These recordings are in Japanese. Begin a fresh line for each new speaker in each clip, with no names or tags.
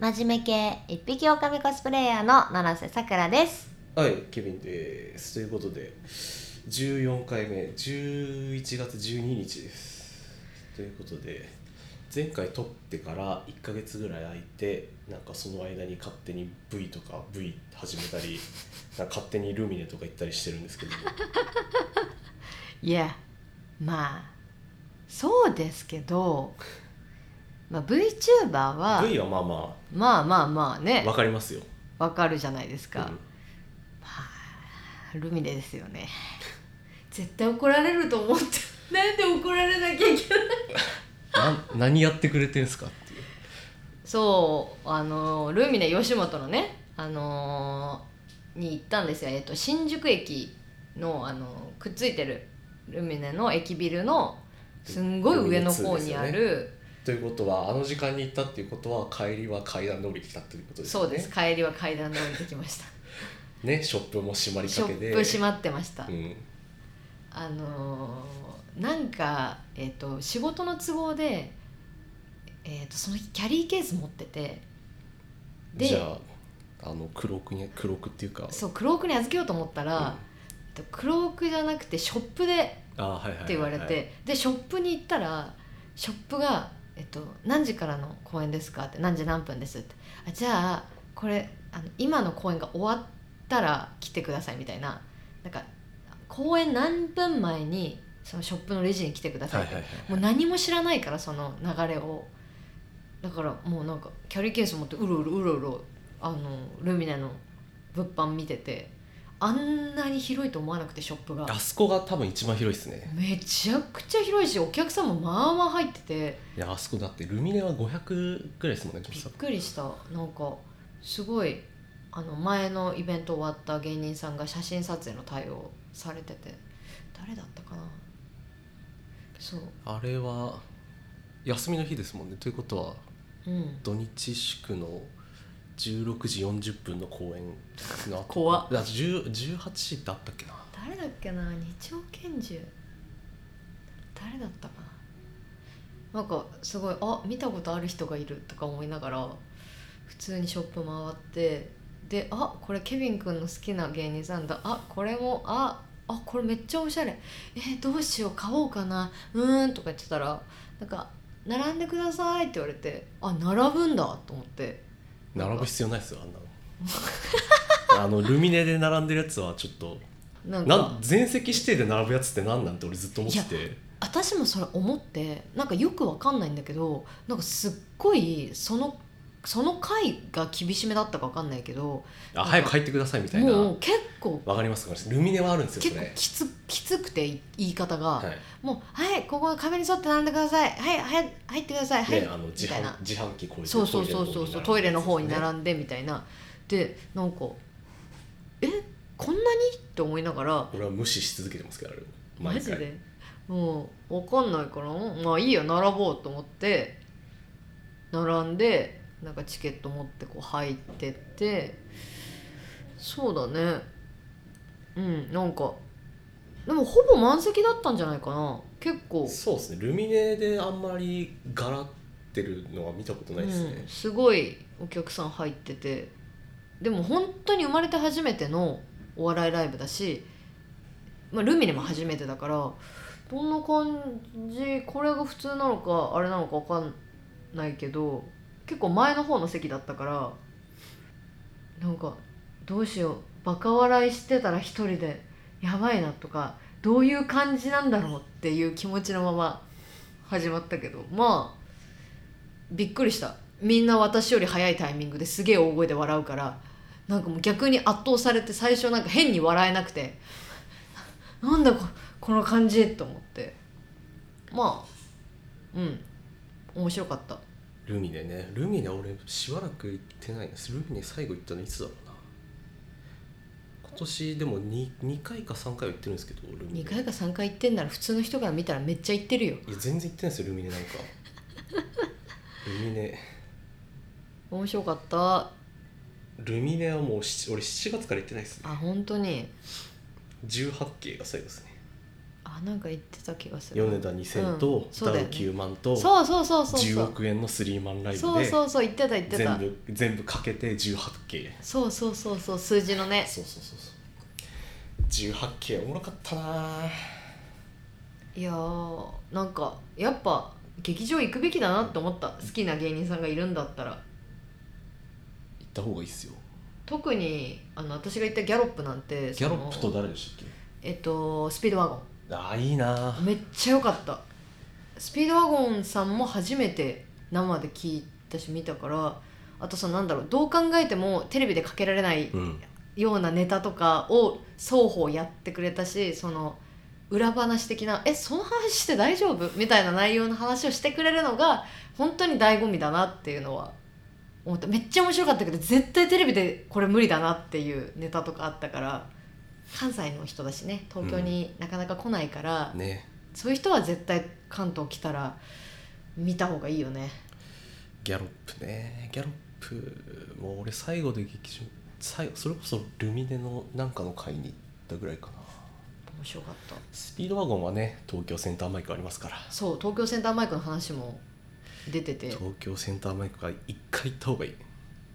真面目系一匹狼コスプレイヤーの七瀬さくらです
はい、ケビンです。ということで、14回目、11月12日です。ということで、前回撮ってから1ヶ月ぐらい空いて、なんかその間に勝手に V とか V 始めたり、なんか勝手にルミネとか行ったりしてるんですけど、
いやまあそうですけど、まあ、VTuber は
V はまあま
まあまあまあ
あ、
ね
わかりますよ。
わかるじゃないです
うん
か、まあルミネですよね絶対怒られると思ってなんで怒られなきゃいけない
なん何やってくれてんすかっていう。
そうあのルミネ吉本のねあのに行ったんですよ、えっと、新宿駅のあのくっついてるルミネの駅ビルのすんごい上の方にあ
ルミネツーです
る、
ということは、あの時間に行ったっていうことは、帰りは階段で降りてきたっていうことですよ
そう
ね。
です。帰りは階段で降りてきました
ね、ショップも閉まり
シ
か
ョ
けで。
ップ閉まってました、
うん
あのーなんか、えっと仕事の都合で、えっとその日キャリーケース持っててで
じゃああの黒くね黒くっていうか
そうクロークに預けようと思ったら、
うん
えっとクロークじゃなくてショップで
あはいはいはいはい
って言われて、でショップに行ったらショップが、えっと「何時からの公演ですか?」って「何時何分です」ってあ「じゃあこれあの今の公演が終わったら来てください」みたいななんか公演何分前にそのショップのレジに来てくださ
はい
い
は
っ
い
て、
はい
もう何も知らないからその流れをだからもうなんかキャリーケース持ってうろうろうろうろあのルミネの物販見ててあんなに広いと思わなくてショップが
あそこが多分一番広いですね
めちゃくちゃ広いしお客さんもまあまあ入ってて
いやあそこだってルミネは500ぐらいですもんね
びっくりしたなんかすごいあの前のイベント終わった芸人さんが写真撮影の対応されてて誰だったかなそう
あれは休みの日ですもんねということは
うん
土日祝の16時40分の公演の後
怖っ
だ10 18時ってあったっけな
誰だっけな日曜拳銃誰だったかななんかすごいあ見たことある人がいるとか思いながら普通にショップ回ってであこれケビン君の好きな芸人さんだあこれもああこれめっちゃおしゃれえーどうしよう買おうかなうーんとか言ってたらなんか「並んでください」って言われてあ並ぶんだと思って
並ぶ必要ないですよあんな のあのルミネで並んでるやつはちょっと
なんか
なん全席指定で並ぶやつって何なんて俺ずっと思ってて
私もそれ思ってなんかよくわかんないんだけどなんかすっごいそのその回が厳しめだったかわかんないけど
あ早く入ってくださいみたいな
もう結構
わかりますわかりますルミネはあるんですよ
結
そ
構
れ
きつきつくてい言い方が、
はい
もう「はいここの壁に沿って並んでくださいはいはい入ってくださいはい」
ねあの
み
自
たい
販
な
自販機こういう
そうそうそうそうそうトイレの方に並んでみたいなでなんか「えこんなに?」って思いながら
俺は無視し続けてますけどあれを
マ
毎
ジ
回
でもう分かんないからまあいいや並ぼうと思って並んでなんかチケット持ってこう入ってってそうだねうんなんかでもほぼ満席だったんじゃないかな結構
そうですねルミネであんまりガラってるのは見たことないです
う
ね
ん、、すごいお客さん入っててでも本当に生まれて初めてのお笑いライブだし、まあ、ルミネも初めてだからどんな感じこれが普通なのかあれなのか分かんないけど結構前の方の席だったからなんかどうしようバカ笑いしてたら一人でやばいなとかどういう感じなんだろうっていう気持ちのまま始まったけどまあびっくりしたみんな私より早いタイミングですげえ大声で笑うからなんかもう逆に圧倒されて最初なんか変に笑えなくて なんだここの感じと思ってまあうん面白かった
ルミネねルミネ俺しばらく行ってないですルミネ最後行ったのいつだろうな今年でも 2, 2回か3回は行ってるんですけどルミネ
2回か3回行ってんなら普通の人から見たらめっちゃ行ってるよ
いや全然行ってないですよルミネ なんかルミネ
面白かった
ルミネはもうし俺7月から行ってないですね
あ本当に
18系が最後ですね
ああなんか言ってた気がする
米田2000と
うんそう
ダウ
だよね
9万と
そうそうそうそうそ
10
う
億円のスリーマンライブ
そう
で
そうそう言ってた言って
全
た
部全部かけて 18K
そうそうそうそう数字のね
そうそうそうそう 18K おもろかったない
やーなんかやっぱ劇場行くべきだなって思った好きな芸人さんがいるんだったら
行った方がいいっすよ
特にあの私が行ったギャロップなんて
ギャロップ
そ
と
の
誰でしたっ
えっとスピードワゴ
けああいいな
ンめっちゃ良かったスピードワゴンさんも初めて生で聞いたし見たからあとそのなんだろうどう考えてもテレビでかけられない
うん
ようなネタとかを双方やってくれたしその裏話的な「えその話して大丈夫?」みたいな内容の話をしてくれるのが本当に醍醐味だなっていうのは思っためっちゃ面白かったけど絶対テレビでこれ無理だなっていうネタとかあったから関西の人だしね東京になかなか来ないから、
ね
そういう人は絶対関東来たら見た方がいいよね。
ギャロップねギャロップもう俺最後で劇場最後それこそルミネのなんかの会に行ったぐらいかな
面白かった
スピードワゴンはね東京センターマイクありますから
そう東京センターマイクの話も出てて
東京センターマイクは一回行った方がいい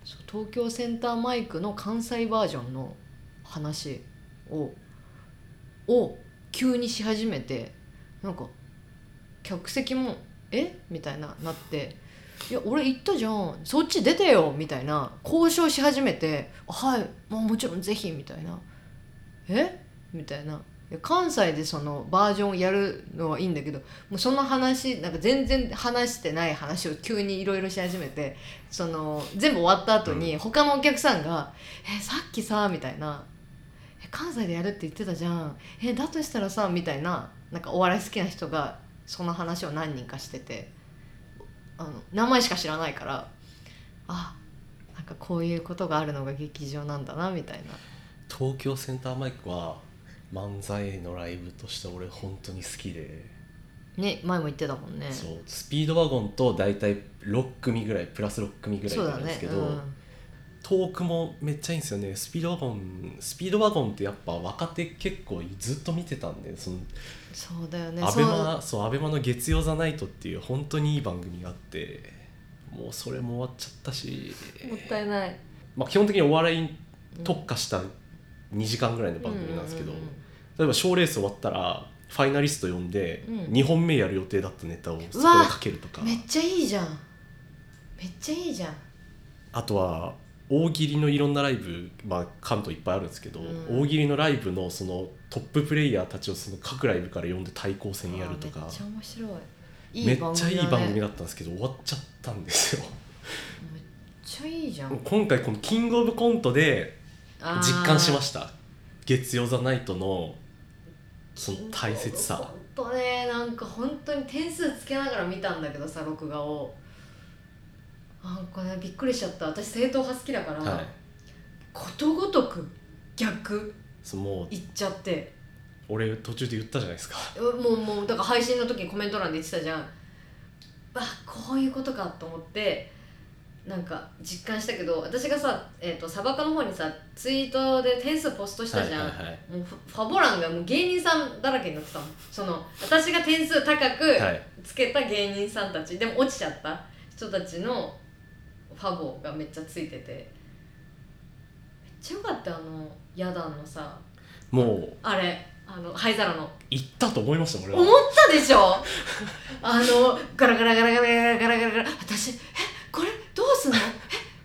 そう東京センターマイクの関西バージョンの話をを急にし始めてなんか客席も「えみたいななって「いや俺行ったじゃんそっち出てよ」みたいな交渉し始めて「はい、まあ、もちろんぜひ」みたいな「えみたいな。いや関西でそのバージョンをやるのはいいんだけどもうその話なんか全然話してない話を急にいろいろし始めてその全部終わった後に他のお客さんが「えさっきさ」みたいなえ「関西でやるって言ってたじゃんえだとしたらさ」みたいななんかお笑い好きな人がその話を何人かしててあの名前しか知らないからあなんかこういうことがあるのが劇場なんだなみたいな
東京センターマイクは漫才のライブとして俺本当に好きで、
ね前も言ってたもんね
そうスピードワゴンと大体6組ぐらいプラス6組ぐらい
そうだ
なんで
ね
す、け
う
ど、
ん、
トークもめっちゃいいんですよねスピードワゴンスピードワゴンってやっぱ若手結構ずっと見てたんでその
そうだよね
ア
そ
ベ
の
マそうアベマの「月曜ザナイト」っていう本当にいい番組があってもうそれも終わっちゃったし、
もったいない
まあ、基本的にお笑いに特化した2時間ぐらいの番組なんですけど、
うう
例えば賞ーレース終わったらファイナリスト呼んで
うん
2本目やる予定だったネタをそこでかけるとか
うんうんめっちゃいいじゃんめっちゃいいじゃん
あとは大喜利のいろんなライブ、まあ、関東いっぱいあるんですけど、
うん
大喜利のライブのそのトッププレイヤーたちをその各ライブから呼んで対抗戦やると
あー
か
めっちゃ面白いい
めっちゃいい番組
だね
だったんですけど終わっちゃったんですよ
めっちゃいいじゃん
今回この「キングオブコント」で実感しま
し
した月曜ザナイトのその大切さ
本当ねなんか本当に点数つけながら見たんだけどさ録画をなんかねびっくりしちゃった私正統派好きだから、
はい
ことごとく逆
そのもう
いっちゃって
俺途中で言ったじゃないですか
もうもうだから配信の時にコメント欄で言ってたじゃんあこういうことかと思ってなんか実感したけど私がさ、えー、と砂漠の方にさツイートで点数ポストしたじゃん、
はいはい
もうフファボランがもう芸人さんだらけになってたもんその私が点数高
はい、は
く
い、
つけた芸人さんたち、でも落ちちゃった人たちのファボがめっちゃついててめっちゃよかったよあのヤダンのさ
もう
あれあの灰皿の
行ったと思いました俺
思っ
は
たでしょあのガラガラガラガラガラガラガラガラ私えこれどうすんのえ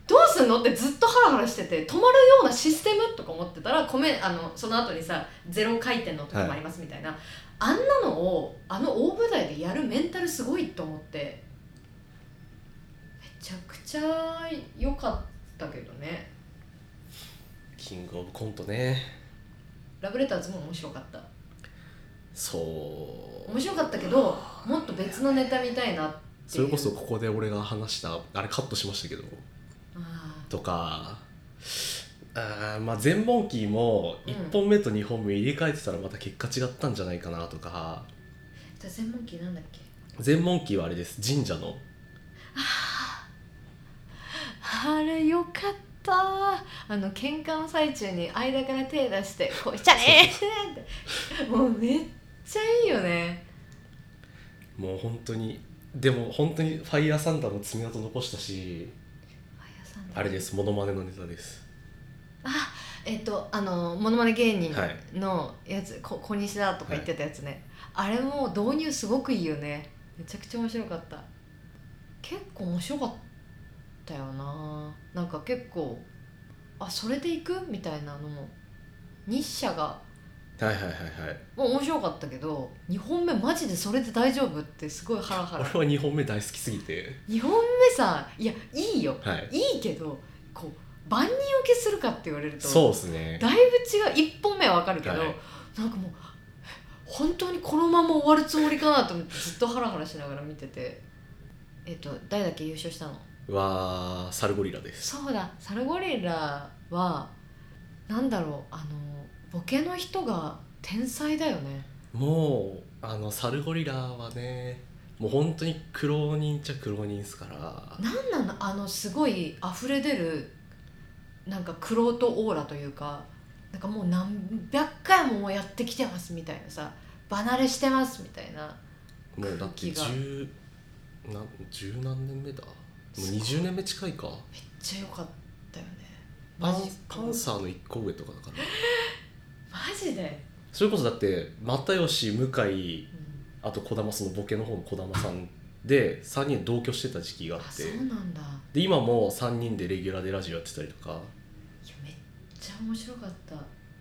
どうすんのってずっとハラハラしてて止まるようなシステムとか思ってたらコメあのその後にさゼロ回転の時もありますみたいな、あんなのをあの大舞台でやるメンタルすごいと思ってめちゃくちゃ良かったけどね
キングオブコントね
ラブレターズも面白かった
そう
面白かったけどもっと別のネタ見たいなって
そ
いう
れこそここで俺が話したあれカットしましたけど
あー
とかあーまあ全問キーも
うん
1本目と2本目入れ替えてたらまた結果違ったんじゃないかなとか
じゃあ専門機なんだっけ
全問キーはあれです神社の
あれよかったあの喧嘩の最中に間から手出して「こうしたね!」ってもうめっちゃいいよね
もう本当にでも本当にファイヤーサンダーも爪痕残したし
ファイヤーサンダー
あれですモノマネのネタです
あえっとあのモノマネ芸人
はい
のやつ、こ小西だとか言ってたやつね、あれも導入すごくいいよねめちゃくちゃ面白かった結構面白かったよななんか結構あそれでいくみたいなのも日社が
はいはいはいはい
もう面白かったけど2本目マジでそれで大丈夫ってすごいハラハ
俺
ラ
は2本 目大好きすぎて
2本目さいやいいよ
はい
いいけどこう万人受けするかって言われると
そうですね
だいぶ違う1本目はわかるけど、
はい
なんかもう本当にこのまま終わるつもりかなと思ってずっとハラハラしながら見ててえっ、と誰だっけ優勝したの
はサルゴリラです
そうだサルゴリラはなんだろうあのボケの人が天才だよね
もうあのサルゴリラはねもう本当に苦労人っちゃ苦労人っすから
なんなのあのすごい溢れ出るなんかクロートオーラというかなんかもう何百回ももうやってきてますみたいなさ離れしてますみたいな
もうだって
空気が
十なん十何年目だもう
すごい
20年目近いか
めっちゃ良かったよね
パ
マ
ン
ジ
パンサーの1個上とかだから
マジで、
それこそだって又吉向
う
井
ん
あと児玉そのボケの方の児玉さんで3人同居してた時期があ
あ
って
そうなんだい
で今も3人でレギュラーでラジオやってたりとか
やめっちゃ面白かった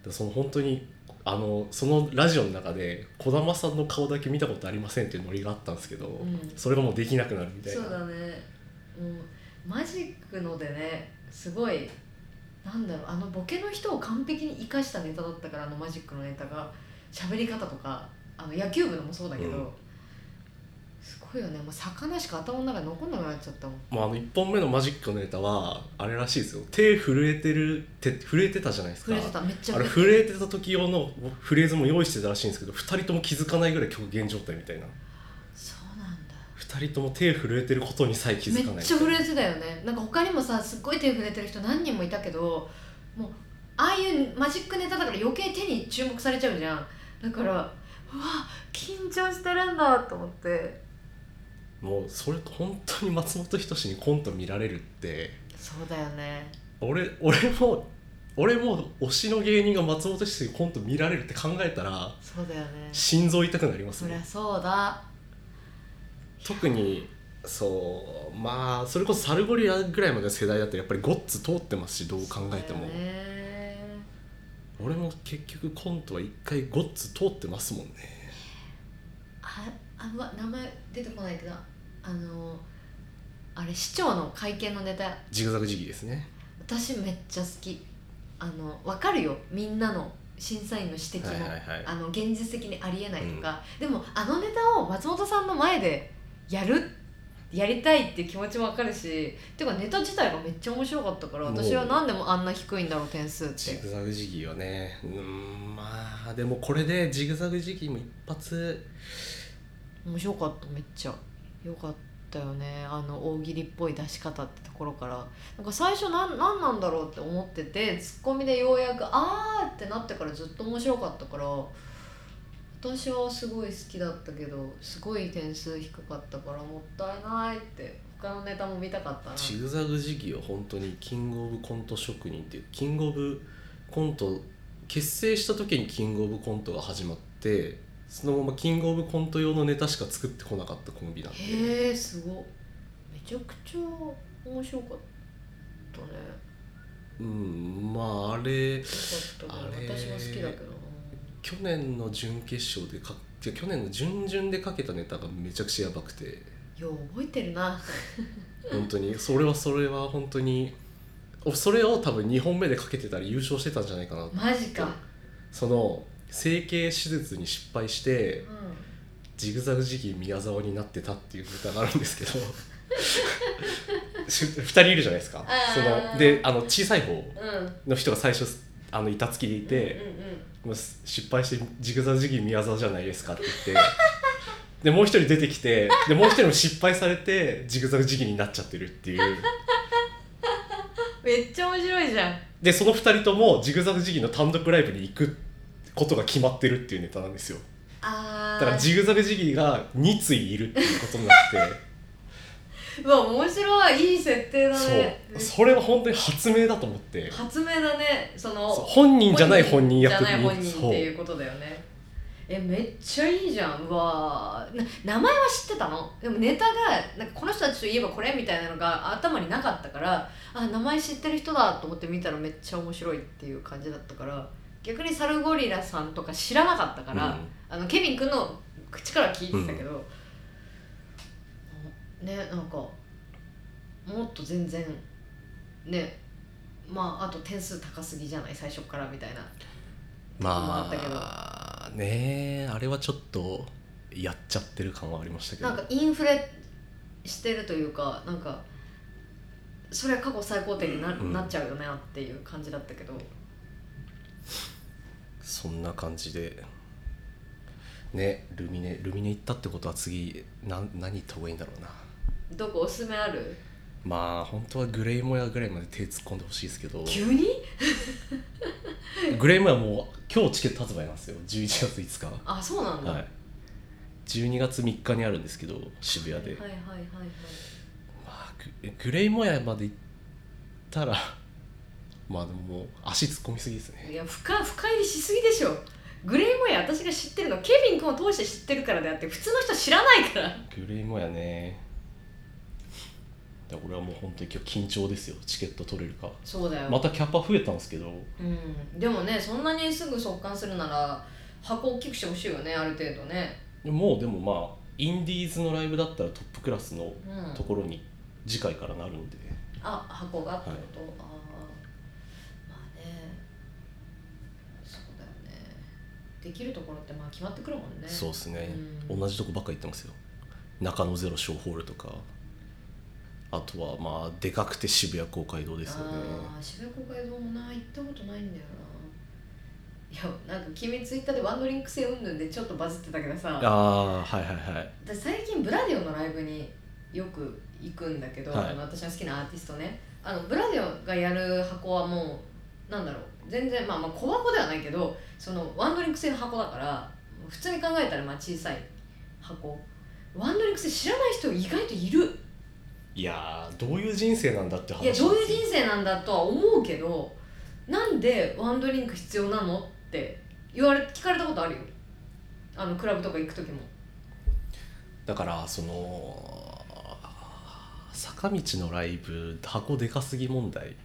でその本当にあのそのラジオの中で児玉さんの顔だけ見たことありませんっていうノリがあったんですけど、
ん
それがもうできなくなるみたい
そう
な
だね、うん、マジックのでねすごいなんだろうあのボケの人を完璧に生かしたネタだったからあのマジックのネタが喋り方とかあの野球部のもそうだけど、
うん
すごいよねもう魚しか頭の中に残んなくなっちゃったもん
もうあの1本目のマジックのネタはあれらしいですよ手震えてる手震えてたじゃないです
震
か
えてためっちゃ
あれ震えてた時用のフレーズも用意してたらしいんですけど2人とも気づかないぐらい極限状態みたいな
そうなんだ
2人とも手震えてることにさえ気づかない
めっちゃ震えてたよねなんか他にもさすっごい手震えてる人何人もいたけどもうああいうマジックネタだから余計手に注目されちゃうじゃんだからうわ緊張してるんだと思って
もうそれ本当に松本人志にコント見られるって
そうだよね
俺俺も俺も推しの芸人が松本人志にコント見られるって考えたら
そうだよね
心臓痛くなります
そりゃ
ね
そうだ
特にそうまあそれこそサルゴリラぐらいまでの世代だったらやっぱりゴッツ通ってますしどう考えて
そ
も、
うだよね
俺も結局コントは一回ゴッツ通ってますもんね
ああうわ名前出てこないけどあのあれ市長の会見のネタ
ジグザグ時期ですね
私めっちゃ好きあの分かるよみんなの審査員の指摘も、
はいはいはい
あの現実的にありえないとか、でもあのネタを松本さんの前でやるやりたいっていう気持ちも分かるしていうかネタ自体がめっちゃ面白かったから私は
もう
何でもあんな低いんだろう点数っ
ジ
て
グザグ時期はねうーんまあでもこれでジグザグ時期も一発
面白かっためっちゃよかったよねあの大喜利っぽい出し方ってところからなんか最初なんなんなんだろうって思っててツッコミでようやく「あー」ってなってからずっと面白かったから私はすごい好きだったけどすごい点数低かったからもったいないって他のネタも見たかったな
ジグザグ時期は本当にキングオブコント職人っていうキングオブコント結成した時にキングオブコントが始まってそのままキングオブコント用のネタしか作ってこなかったコンビなんで
へえすごっめちゃくちゃ面白かったね
うんまああれ
よかったから
あれ
私も好きだけどな
去年の準決勝でかてか去年の準々でかけたネタがめちゃくちゃやばくて
よう覚えてるな
本当にそれはそれは本当におそれを多分2本目でかけてたら優勝してたんじゃないかな
マジか、
その整形手術に失敗して
うん
ジグザグ時期宮沢になってたっていうネタがあるんです けど2人いるじゃないですか
あ
そ
ー
のであの小さい方
うん
の人が最初あの板付きでいて、
うんうんうん、
もう失敗してジグザグ時期宮沢じゃないですかって言ってでもう一人出てきてでもう一人も失敗されてジグザグ時期になっちゃってるっていう
めっちゃ面白いじゃん
でその2人ともジグザグ時期の単独ライブに行くことが決まってるっていうネタなんですよ
あ
だから
ー
ジグザグジギーが2対いるっていうことになっ
うわ面白いいい設定だね
てそうそれは本当に発明だと思って
発明だねその
そう本人じゃない本人役
じゃない本
に
人っ
そう
ていうことだよねえめっちゃいいじゃんうわーな名前は知ってたのでもネタがなんかこの人たちといえばこれみたいなのが頭になかったからあ名前知ってる人だと思って見たらめっちゃ面白いっていう感じだったから逆にサルゴリラさんとか知らなかったから、
うん
あのケビン君の口から聞いてたけど、ねなんかもっと全然ねまああと点数高すぎじゃない最初からみたいな
ま
ことも
あねえあれはちょっとやっちゃってる感はありましたけど
なんかインフレしてるというかなんかそれは過去最高点にな,、
うん
なっちゃうよねっていう感じだったけど
そんな感じでねルミネルミネ行ったってことは次なん何行った方がいいんだろうな
どこおすすめある
まあ本当はグレイモヤぐらいまで手突っ込んでほしいですけど
急に
グレイモヤもう今日チケット発売なんですよ11月5
あそうなん
日
だ、
はい12月3日にあるんですけど渋谷で、
はいはいはいはい
まあ、ググレイモヤまで行ったら まあでももう足突っ込みすぎですね
いや深深入りしすぎでしょグレイモヤ私が知ってるのはケビン君を通して知ってるからであって普通の人知らないから
グレイもやねだから俺はもう本当に今日緊張ですよチケット取れるか
そうだよ、
またキャパ増えたんですけど
うん、でもねそんなにすぐ速乾するなら箱大きくしてほしいよねある程度ね
もうでもまあインディーズのライブだったらトップクラスの
うん
ところに次回からなるんで、
あ箱がってこ
はい
と、ああまあねそうだよねできるところってまあ決まってくるもんね
そうですね、
うん
同じとこばっか行ってますよ中野ゼロ小ホールとかあとはまあでかくて渋谷公会堂ですよね
ああ渋谷公会堂もな行ったことないんだよないやなんか君ツイッターでワンドリンク性うんぬんでちょっとバズってたけどさ
ああーはいはいはい
私最近ブラディオのライブによく行くんだけど、
はい
あの私の好きなアーティストねあのブラディオがやる箱はもうなんだろう全然まあまあ小箱ではないけどそのワンドリンク製の箱だから普通に考えたらまあ小さい箱ワンドリンク製知らない人意外といる
いやーどういう人生なんだって話
いやどういう
生
人生なんだとは思うけどなんでワンドリンク必要なのって言われ聞かれたことあるよあのクラブとか行く時も
だからその坂道のライブ箱でかすぎ問題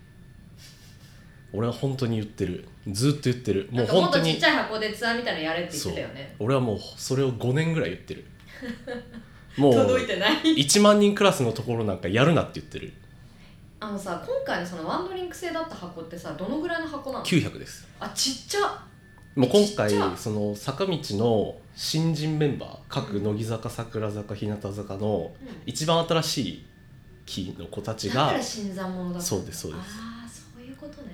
俺は本当に言ってるずっと言ってるも
なん
う
かも
本
っ
当
とちっ
に
ちゃい箱でツアーみたいなのやれって言ってたよね
俺はもうそれを5年ぐらい言っ てるもう
届いてない
1万人クラスのところなんかやるなって言ってる
あのさ今回のそのワンドリンク製だった箱ってさどのぐらいの箱なの
900です
あちっちゃ
もう今
ちっち
回
ゃ
その坂道の新人メンバー各乃木坂桜坂日向坂の一番新しい木の子たち
だか
が
ら新参者だった
そうですそうです
ああそういうことね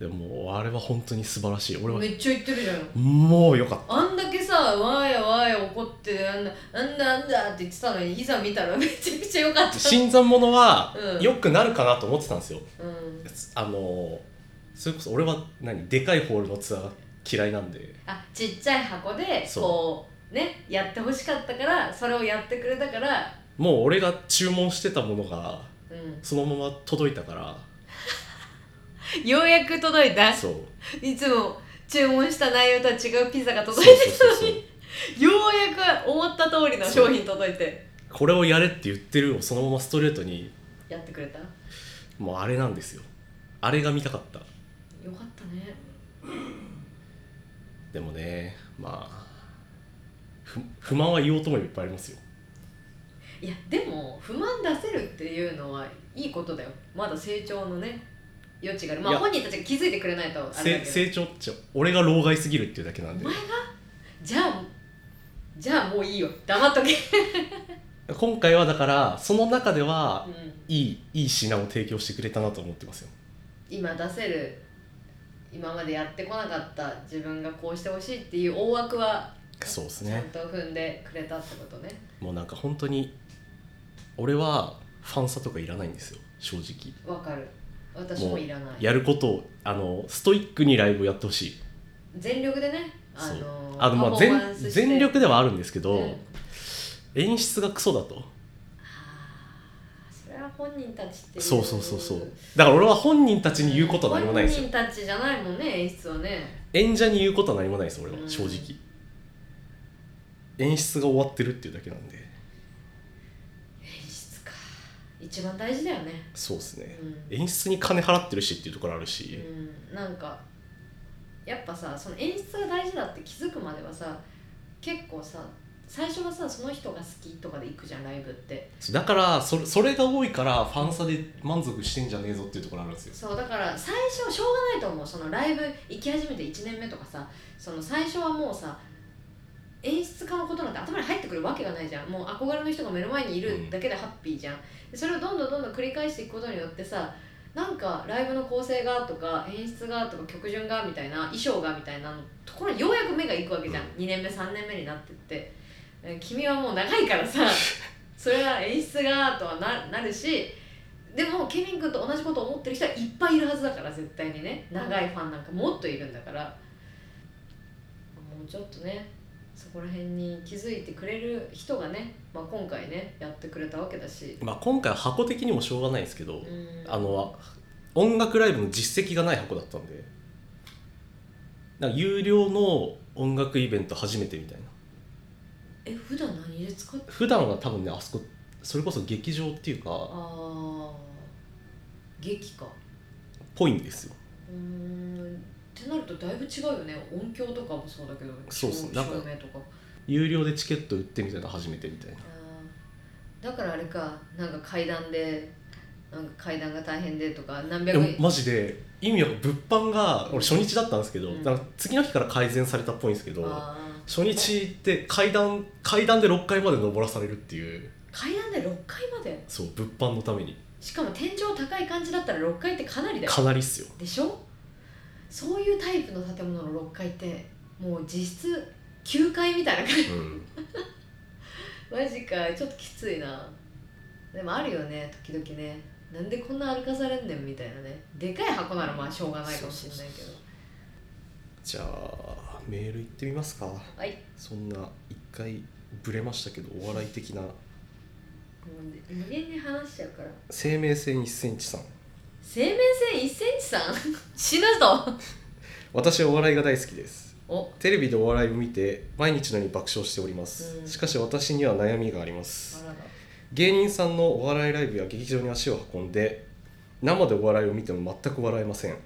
でもあれは本当に素晴らしい俺は
めっちゃ言ってるじゃん
もうよかっ
あんだけさわーやわーや怒ってあんなあんだあんだって言ってたのにいざ見たらめちゃくちゃ良かったた
新参者は
うん
良くなるかなと思ってたんですよ、
うん
あのーそれこそ俺は何でかいホールのツアー嫌いなんで
あちっちゃい箱で
そう
こうねやってほしかったからそれをやってくれたから
もう俺が注文してたものが
うん
そのまま届いたから
ようやく届いた
そう
いつも注文した内容とは違うピザが
そう
届いて
そう そうそう
ようやく思った通りの商品届いて
これをやれって言ってるをそのままストレートに
やってくれたよ
もうあれなんですよあれが見たかった
かったね
でもねまあふ不満は言おうともいっぱいありますよ
いやでも不満出せるっていうのはいいことだよまだ成長のね余地があるま
い
あ
や
本人たちが気づいてくれないとあれだ
せ
けど
成長っちゃ俺が老害すぎるっていうだけな
お
んで
前がじゃあじゃあもういいよ黙っとけ、
今回はだからその中では
うん、
いいいい品を提供してくれたなと思ってますよ
今出せる今までやってこなかった自分がこうしてほしいっていう大枠は
そうです
ちゃん
ね
と踏んでくれたってことね
もうなんか本当に俺はファンサとかいらないんですよ正直
わかる私もいらない
やることをあのストイックにライブをやってほしい
全力でねあの
あのまあ全全力ではあるんですけど、
うん
演出がクソだと
あーそれは本人たちってい
そうそうそうそうだから俺は本人たちに言うことは何もないですよ
本人たちじゃないもんね演出はね
演者に言うことは何もないです俺は
うん
正直、演出が終わってるっていうだけなんで
演出か一番大事だよね
そうですね
うん
演出に金払ってるしっていうところあるし、
うん、なんかやっぱさその演出が大事だって気づくまではさ結構さ最初はさその人が好きとかで行くじゃんライブって
だからそれそれが多いからファン差で満足してんじゃねえぞっていうところあるんですよ
そうだから最初しょうがないと思うそのライブ行き始めて1年目とかさその最初はもうさ演出家のことなんて頭に入ってくるわけがないじゃんもう憧れの人が目の前にいるだけでハッピーじゃん、でそれをどんどんどんどん繰り返していくことによってさなんかライブの構成がとか演出がとか曲順がみたいな衣装がみたいなところにようやく目がいくわけじゃん、
うん
2年目3年目になってってえ君はもう長いからさ それは演出がとはななるしでもケビン君と同じことを思ってる人はいっぱいいるはずだから絶対にね長いファンなんかもっといるんだからもうちょっとねそこら辺に気づいてくれる人がね、まあ、今回ねやってくれたわけだし
まあ、今回は箱的にもしょうがないですけど、
うん
あの音楽ライブの実績がない箱だったんでなんか有料の音楽イベント初めてみたいな
え普段何で使って
普段は多分ねあそこそれこそ劇場っていうか
ああ劇か
ぽいんですよ
うーんってなるとだいぶ違うよね音響とかもそうだけど
そうっす
照
なん
照
か
明とか
有料でチケット売ってみたいなの初めてみたいな
あーだからあれかなんか階段でなんか階段が大変でとか何百
でもマジで意味は物販が俺初日だったんですけど、
うん
なんか次の日から改善されたっぽいんですけど
あー
初日って階段階段で6階まで登らされるっていう
階段で6階まで
そう物販のために
しかも天井高い感じだったら6階ってかなりだよ
かなりっ すよ
でしょそういうタイプの建物の6階ってもう実質9階みたいな感じ
うん
マジかちょっときついなでもあるよね時々ねなんでこんな歩かされんねんみたいなねでかい箱ならまあしょうがないかもしれないけど
じゃあメール行ってみますか
はい
そんな一回ブレましたけどお笑い的な
無限に話しちゃうから
生命線1センチさん
生命線1センチさん 死ぬぞ
私はお笑いが大好きです
お
テレビでお笑いを見て毎日のように爆笑しております、
うん
しかし私には悩みがありま
あ
す
らら
芸人さんのお笑いライブや劇場に足を運んで生でお笑いを見ても全く笑えません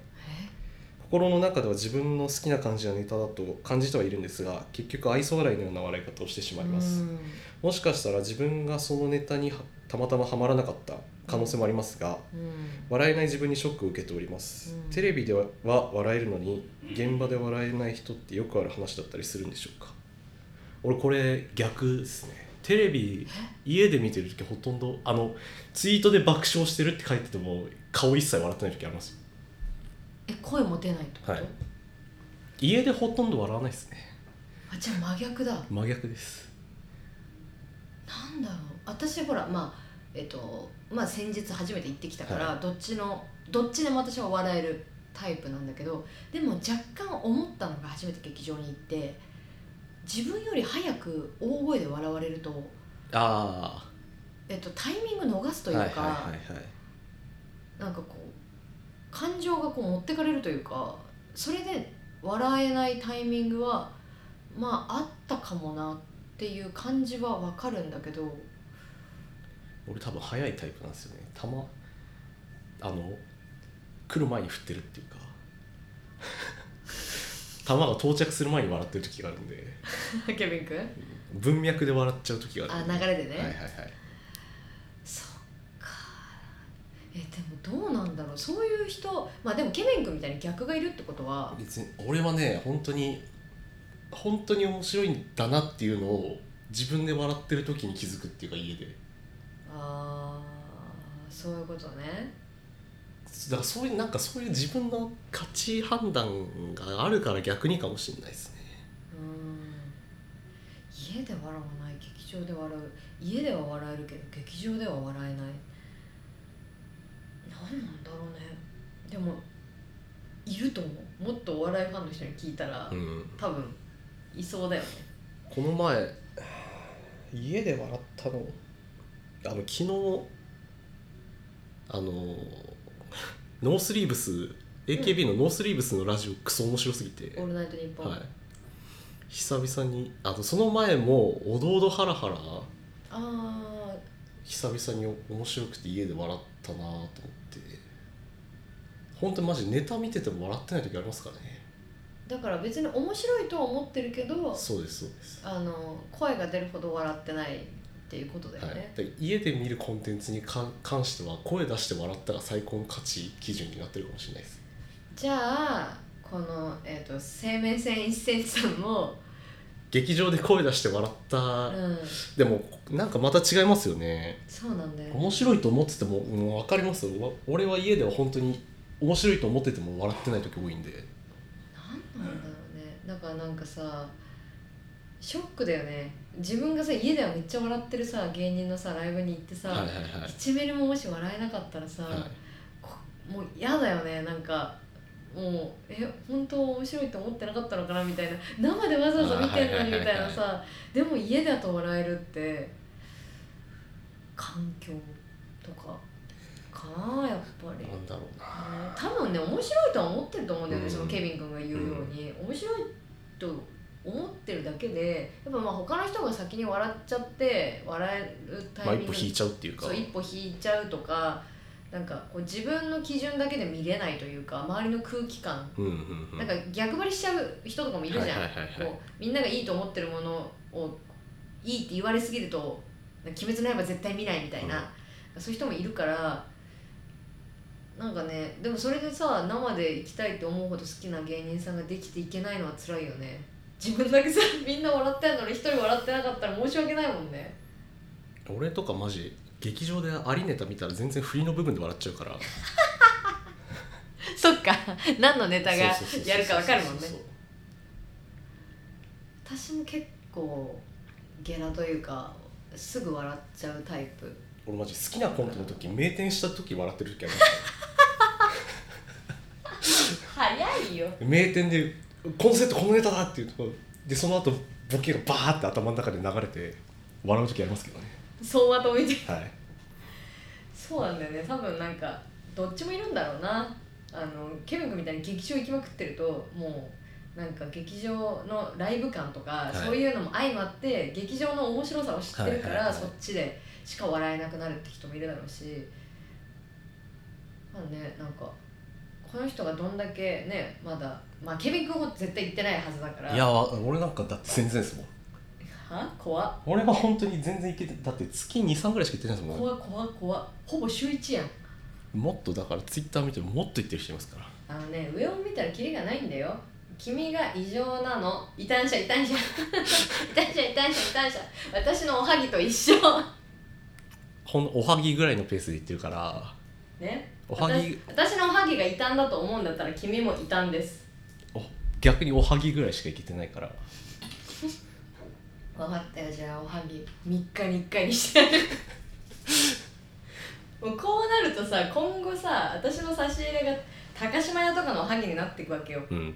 心の中では自分の好きな感じのネタだと感じてはいるんですが結局愛想笑いのような笑い方をしてしまいます
うん
もしかしたら自分がそのネタにはたまたまハマらなかった可能性もありますが
うん
笑えない自分にショックを受けております、
うん
テレビでは笑えるのに現場で笑えない人ってよくある話だったりするんでしょうか俺これ逆ですねテレビ家で見てる時ほとんどあのツイートで爆笑してるって書いてても顔一切笑ってない時ありますよ
え声持てないってこと、
はい家でほとんど笑わないですね
あじゃあ真逆だ
真逆です
なんだろう私ほらまあえっとまあ先日初めて行ってきたから、
は
どっちのどっちでも私は笑えるタイプなんだけどでも若干思ったのが初めて劇場に行って自分より早く大声で笑われると、
あ
えっと、タイミング逃す
あ
というか、
いはい
なんかこう感情がこう持ってかれるというかそれで笑えないタイミングはまああったかもなっていう感じはわかるんだけど
俺多分早いタイプなんですよねたまあの来る前に振ってるって いうか弾が到着する前に笑ってる時があるんで
ケビン君
文脈で笑っちゃう時があ
あ
るんで
流れでね、
はいはいはい
そっかえでもどうなんだろうそういう人まあでもケビン君みたいに逆がいるってことは
別に俺はね本当に本当に面白いんだなっていうのを自分で笑ってる時に気づくっていうか家で
あーそういうことね
だからそういうなんかそういう自分の価値判断があるから逆にかもしれないですね
うん家で笑わない劇場で笑う家では笑えるけど劇場では笑えない何なんだろうねでもいると思うもっとお笑いファンの人に聞いたら、
うん
多分いそうだよね
この前家で笑ったのあの昨日あのノースリーブス AKB のノースリーブスのラジオクソ面白すぎ
「
て
オー、ルナイトニッポン」
はい、久々にあのその前も「おどおどハラハラ」
あ
久々に面白くて家で笑ったなと思って本当にマジネタ見てても笑ってない時ありますからね
ーだから別に面白いとは思ってるけど
そうですそうです、
あの声が出るほど笑ってないっていうことだよ
はい
ね、、
で家で見るコンテンツに関関しては声出して笑ったら最高の価値基準になってるかもしれないです
じゃあこの、えー、と生命線一線さんも、
劇場で声出して笑った、
うん、
でもなんかまた違いますよね
そうなんだよ
面白いと思ってても、うん、分かりますよわ俺は家では本当に面白いと思ってても笑ってない時多いんで
なんなんだろうねだからなんかさショックだよね自分がさ家ではめっちゃ笑ってるさ芸人のさライブに行ってさ、
はいはいはい
1ミリももし笑えなかったらさ、
はい
こもう嫌だよねなんかもうえ本当面白いと思ってなかったのかなみたいな生でわざわざ見てるのに
あーはいはいはいはい
みたいなさでも家だと笑えるって環境とかかなやっぱり。
なんだろうな
ね多分ね面白いとは思ってると思うんだよね、
うん
そのケビン君が言うように、面白いと思ってるだけでやっぱまあ他の人が先に笑っちゃって笑えるタ
まあ
イミン
一
グ
歩引いちゃうっていうか
そう一歩引いちゃうとかなんかこう自分の基準だけで見れないというか周りの空気感
うんうんうん
なんか逆張りしちゃう人とかもいるじゃん、
はいはいはいはい
こうみんながいいと思ってるものをいいって言われすぎると「鬼滅の刃絶対見ない」みたいな、そういう人もいるからなんかねでもそれでさ生で行きたいって思うほど好きな芸人さんができていけないのは辛いよね自分だけさみんな笑ってんのに一人笑ってなかったら申し訳ないもんね
俺とかマジ劇場でアリネタ見たら全然振りの部分で笑っちゃうから
そっか何のネ
そうそうそうそう
わ
そうそう
私も結構ゲラというかすぐ笑っちゃうタイプ
俺マジ好きなコントの時名店した時笑ってる時ある
早いよ
名店でこのセットこのネタだっていうところでその後ボケがバーって頭の中で流れて笑う時ありますけどね
相馬と見て
はい
そうなんだよね多分なんかどっちもいるんだろうなあのケビン君みたいに劇場行きまくってるともうなんか劇場のライブ感とか、
い
そういうのも相まって劇場の面白さを知ってるから、
はいはいはい
そっちでしか笑えなくなるって人もいるだろうしまあねなんかこの人がどんだけねまだまあケビン君も絶対行ってないはずだから
いやわ俺なんかだって全然ですもん
は怖っ
俺は本当に全然いけてだって月23ぐらいしか行ってないですもん
怖っ怖っ怖っほぼ週1やん
もっとだからツイッター見てももっと行ってる人いますから
あのね上を見たらキリがないんだよ君が異常なの異端者異端 者異端者異端者異端者私のおはぎと一 緒
ほんおはぎぐらいのペースで行ってるから
ね
おはぎ
私私のおはぎが異端だと思うんだったら君も異端です
お逆におはぎぐらいしか行けてないから
分かったよじゃあおはぎ3日に1回にしてや るもうこうなるとさ今後さ私の差し入れが高島屋とかのおはぎになっていくわけよ
うん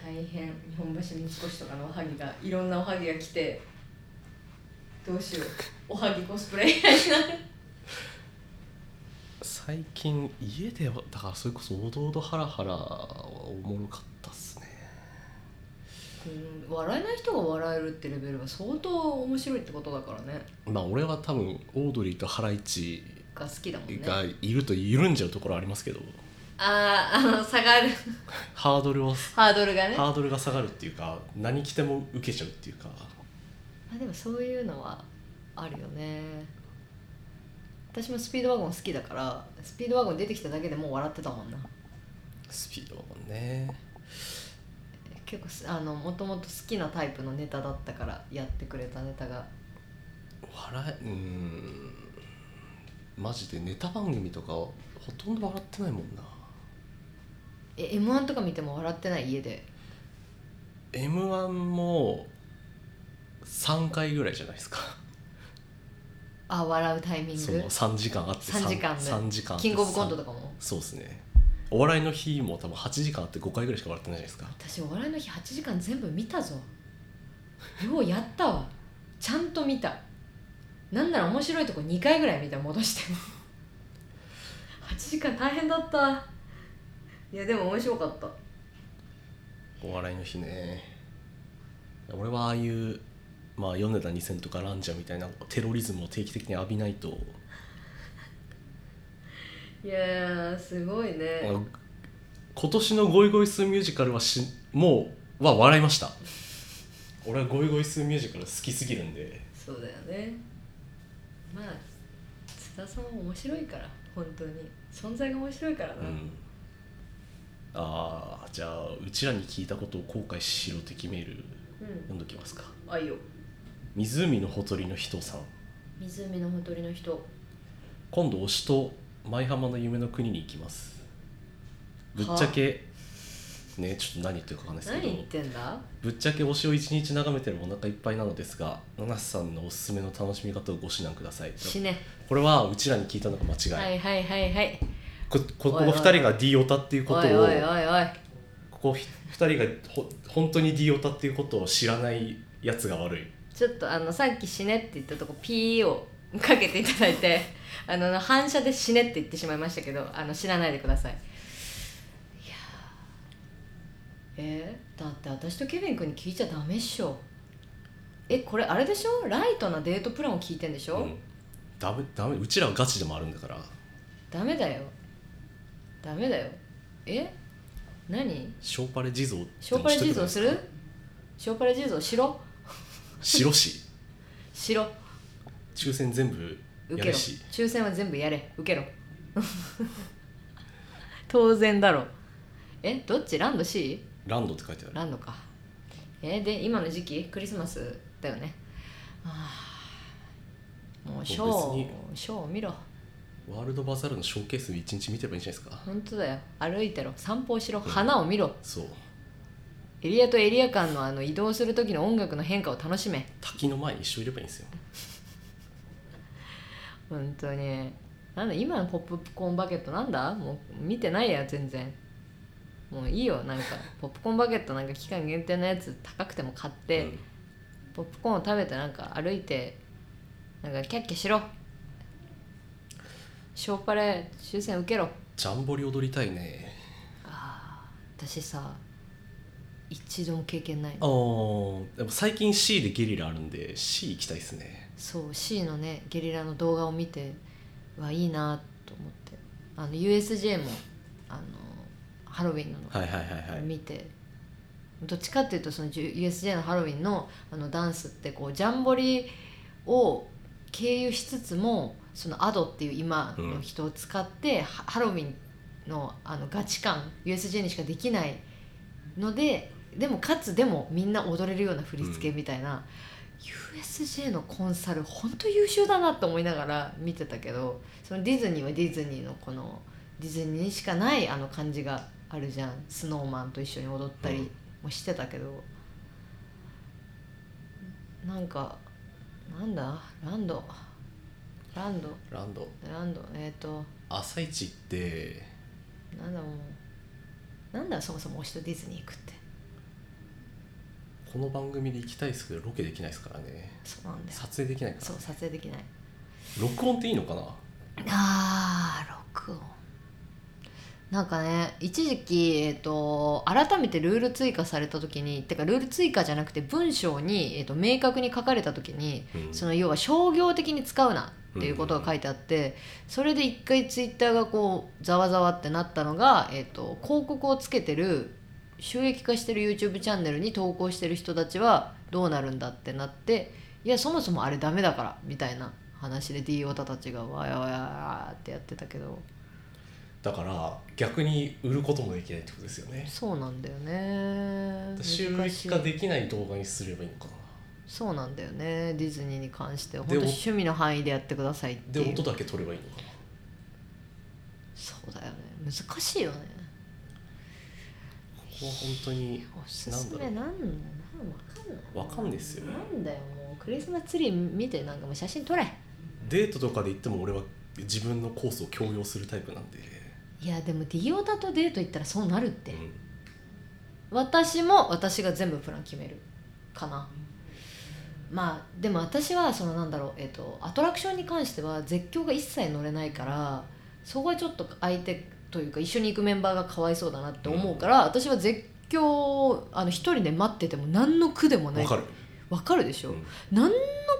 大変日本橋三越とかのおはぎがいろんなおはぎが来てどうしようおはぎコスプレイヤーになる
最近家ではだからそれこそおどおどハラハラはおもろかったっすね
うん笑えない人が笑えるってレベルは相当面白いってことだからね
まあ俺は多分オードリーとハライチ
が好きだもんね
がいると緩んじゃうところありますけど
あーあの下がる
ハードルは
ハードルがね
ハードルが下がるっていうか何着ても受けちゃうっていうか
まあでもそういうのはあるよね私もスピードワゴン好きだからスピードワゴン出てきただけでもう笑ってたもんな
スピードもね
結構すあのもともと好きなタイプのネタだったからやってくれたネタが
笑えうーんマジでネタ番組とかほとんど笑ってないもんな
え m 1とか見ても笑ってない家で
m 1も3回ぐらいじゃないですか
あ笑うタイミン
そ
グ
の3時間あって
3
3
時間ね
3時間
キングオブコントと
か
かも
そうですねお笑いの日も多分8時間あって5回ぐらいしか笑ってないじゃないですか
私お笑いの日8時間全部見たぞようやったわちゃんと見たなんなら面白いとこ2回ぐらい見た戻しても8時間大変だったいやでも面白かった
お笑いの日ね俺はああいうまあ米田2000とかランジャーみたいなテロリズムを定期的に浴びないと
いやーすごい
あ
ね
の今年の「ゴイゴイスーミュージカルはし」もうは笑いました俺は「ゴイゴイスーミュージカル」好きすぎるんで
そうだよねまあ津田さんは面白いから本当に存在が面白いから
う
な、
んああじゃあうちらに聞いたことを後悔しろ的メール
うん
読んどきますか
あいいよ
湖のほとりの人さん
湖のほとりの人
今度推しと舞浜の夢の国に行きますぶっちゃけねちょっと何言ってるかわかんないです
何
け
言っ
ど
てんだ
ぶっちゃけ推しを一日眺めてるお腹いっぱいなのですが七瀬さんのおすすめの楽しみ方をご指南ください
死ね
これはうちらに聞いたのが間違い、
はいはいはいはい
こここ
おいおい
2人が D オタっていうことを
おいおいおいおい
ここ2人がほ本当に D オタっていうことを知らないやつが悪い
ちょっとあのさっき死ねって言ったとこピーをかけていただいて あの反射で死ねって言ってしまいましたけどあの死なないでくださいいやーえー、だって私とケビン君に聞いちゃダメっしょえこれあれでしょライトなデートプランを聞いてんでしょ、
うん、ダメダメうちらはガチでもあるんだから
ダメだよダメだよえ何
ショーパレ地蔵って
ショーパラ地蔵するショーパラ地蔵しろ
白し
しろ
抽選全部
受
や
けろ
るし
抽選は全部やれ受 けろ当然だろえどっちランド C?
ランドって書いてある
ランドかえで今の時期クリスマスだよねあーもうショ
もう別
ー
に
ショーを見ろ
ワールドバザールのショーケース一日見てればいいんじゃないですか
本当だよ歩いてろ散歩をしろ
ん
花を見ろ
そう
エリアとエリア間のあの移動する時の音楽の変化を楽しめ
滝の前に一緒いればいいんですよ
本当になんだ今のポップコーンバケットなんだもう見てないや全然もういいよ なんかポップコーンバケットなんか期間限定のやつ高くても買って、
うん
ポップコーンを食べてなんか歩いてなんかキャッキャしろショーパレ抽選受けろ
ジャンボリ踊りたいね
あー私さ一度も経験ない
あーでも最近 C でゲリラあるんで C 行きたいですね
そう C のねゲリラの動画を見てはいいなと思ってあの USJ もあのハロウィンの
はいはいはいはい
見て、どっちかっていうとその USJ のハロウィンのあのダンスってこうジャンボリを経由しつつもそのアドっていう今の人を使って、ハハロウィンのあのガチ感 USJ にしかできないのででもかつでもみんな踊れるような振り付けみたいな、USJ のコンサル本当優秀だなと思いながら見てたけどそのディズニーはディズニーのこのディズニーにしかないあの感じがあるじゃんスノーマンと一緒に踊ったりもしてたけど、なんかなんだランドランド
ランド
ランドえっ、と
朝一って
なんだもうなんだそもそも推しとディズニー行くって
この番組で行きたいですけどロケできないですからね
そうなんだよ
撮影できないか
そう撮影できない
ら録音っていいのかな
あー録音なんかね一時期、えっと改めてルール追加された時にてかルール追加じゃなくて文章に、えっと明確に書かれた時に
うん
その要は商業的に使うなっていうことが書いてあってそれで一回ツイッターがこうざわざわってなったのが、えっと広告をつけてる収益化してる YouTube チャンネルに投稿してる人たちはどうなるんだってなっていやそもそもあれダメだからみたいな話で D オタたちがわやわやってやってたけど
だから逆に売ることもできないってことですよね
そうなんだよね
収
難し
益
い
化できない動画にすればいいのかな
そうなんだよねディズニーに関しては本
で
当趣味の範囲でやってくださいって
で
いう
音だけ取ればいいのかな
そうだよね難しいよね
ここは本当に
おすすめなんだなんわかんない
わかんないっすよね
なんだよもうクリスマスツリー見てなんかもう写真撮れ
デートとかで行っても俺は自分のコースを強要するタイプなんで、
いやでもディオタとデート行ったらそうなるって
うん
私も私が全部プラン決めるかなまあでも私はそのなんだろう、えっとアトラクションに関しては絶叫が一切乗れないからそこはちょっと相手というか一緒に行くメンバーがかわいそうだなって思うから、私は絶叫をあの一人で待ってても何の苦でもない
わかる、
わかるでしょ、
うん
何の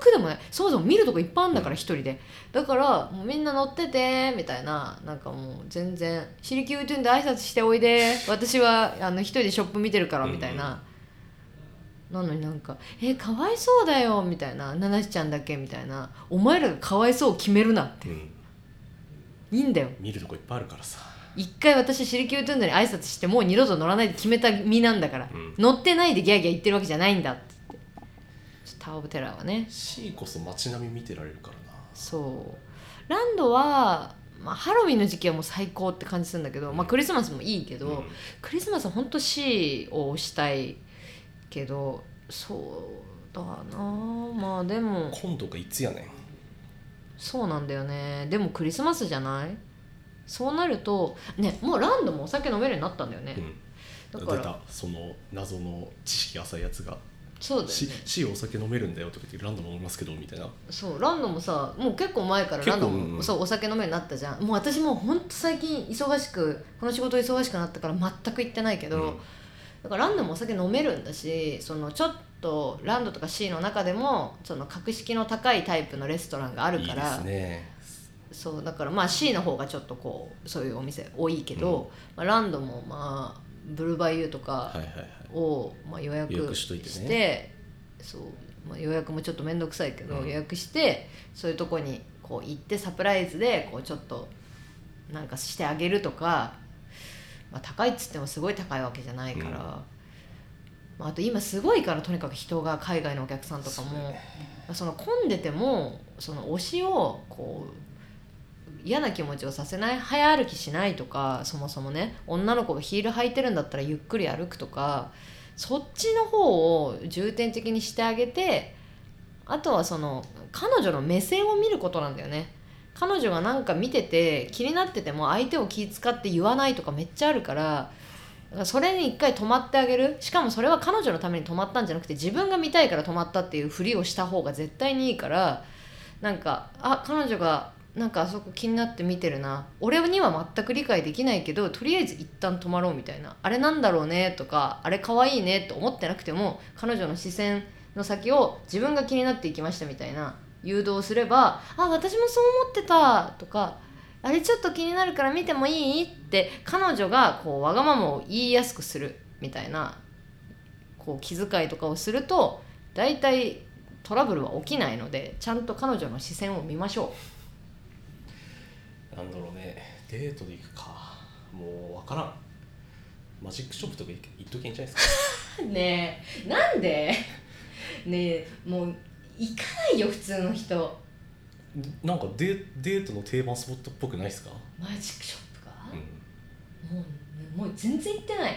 苦でもないそもそも見るとこいっぱいあんだから一人でだからもうみんな乗っててみたいななんかもう全然「シリキュートゥンで挨拶しておいで私はあの一人でショップ見てるから」みたいな、なのになんか「えかわいそうだよ」みたいな「ナナシちゃんだけ」みたいな「お前らがかわいそうを決めるな」って
うん、
いいんだよ
見るとこいっぱいあるからさ、
一回私シリキュートゥンドに挨拶してもう二度と乗らないで決めた身なんだから、
うん
乗ってないでギャーギャー言ってるわけじゃないんだって言ってちょっとタワー・オブ・テラーはね
C こそ街並み見てられるからな
そうランドは、まあ、ハロウィンの時期はもう最高って感じするんだけど、まあ、クリスマスもいいけど、
うん
クリスマスは本当 C を推したいけどそうだなまあでも
今度がいつやねん
そうなんだよねでもクリスマスじゃないそうなるとねもうランドもお酒飲めるようになったんだよね、
うん、
だか
出
ら
たその謎の知識浅いやつが
そうだ
「
よ
C,
ね
C お酒飲めるんだよ」とか言って「ランドも飲みますけど」みたいな
そうランドもさもう結構前からランド
結構うんう
も
ん
そうお酒飲めるようになったじゃんもう私もうほんと最近忙しくこの仕事忙しくなったから全く行ってないけど、
うん
だからランドもお酒飲めるんだしそのちょっとランドとか C の中でもその格式の高いタイプのレストランがある
いい
か
で
ら
すね
そうだからまあ C の方がちょっとこうそういうお店多いけど、まあ、ランドもまあブルーバイユーとか
はいはいはい
を、まあ、予約
予約しといてね
そう、まあ、予約もちょっと面倒くさいけど、
うん
予約してそういうとこにこう行ってサプライズでこうちょっとなんかしてあげるとか、まあ、高いっつってもすごい高いわけじゃないから、
うん
まあ、あと今すごいからとにかく人が海外のお客さんとかも
そう
ま
ね
あその混んでてもその推しをこう嫌な気持ちをさせない早歩きしないとかそもそもね女の子がヒール履いてるんだったらゆっくり歩くとかそっちの方を重点的にしてあげてあとはその彼女の目線を見ることなんだよね彼女がなんか見てて気になってても相手を気遣って言わないとかめっちゃあるからだからそれに一回止まってあげるしかもそれは彼女のために止まったんじゃなくて自分が見たいから止まったっていうふりをした方が絶対にいいからなんかあ彼女がなんかあそこ気になって見てるな俺には全く理解できないけどとりあえず一旦止まろうみたいなあれなんだろうねとかあれ可愛いねと思ってなくても彼女の視線の先を自分が気になっていきましたみたいな誘導をすれば「あ私もそう思ってた」とか「あれちょっと気になるから見てもいい?」って彼女がこうわがままを言いやすくするみたいなこう気遣いとかをすると大体トラブルは起きないのでちゃんと彼女の視線を見ましょ
なんだろうねデートで行くかもう分からんマジックショップとか行け行っときゃいいんじゃな いですか
うねえなんでねえもう行かないよ普通の人
なんかデデートの定番スポットっぽくないですか、
マジックショップが、
うん、
もうもう全然行ってない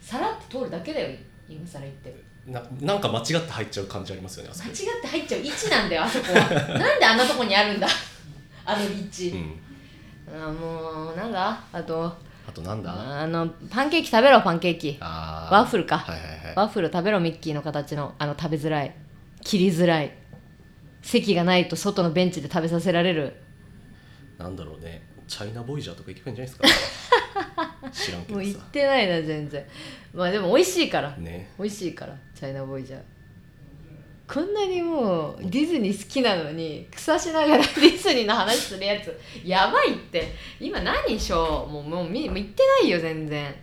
さらって通るだけだよ今さら行ってる
ななんか間違って入っちゃう感じありますよねあそ
間
こ
違って入っちゃう位置なんだよあそこは なんであんなとこにあるんだ あの立
う
地、
ん、
あもうなんだあと
あとなんだ、
あのパンケーキ食べろパンケーキ
あー
ワッフルか、
はいはいはい
ワッフル食べろミッキーの形のあの食べづらい切りづらい席がないと外のベンチで食べさせられる
なんだろうねチャイナボイジャーとか行けばいいんじゃないです か知らんけ
も
ど
う行っ
さ
てないな全然まあでも美味しいから
ね
美味しいからチャイナボーイじゃこんなにもうディズニー好きなのに草しながら ディズニーの話するやつやばいって今何でしょうもうもうみもう行ってないよ全然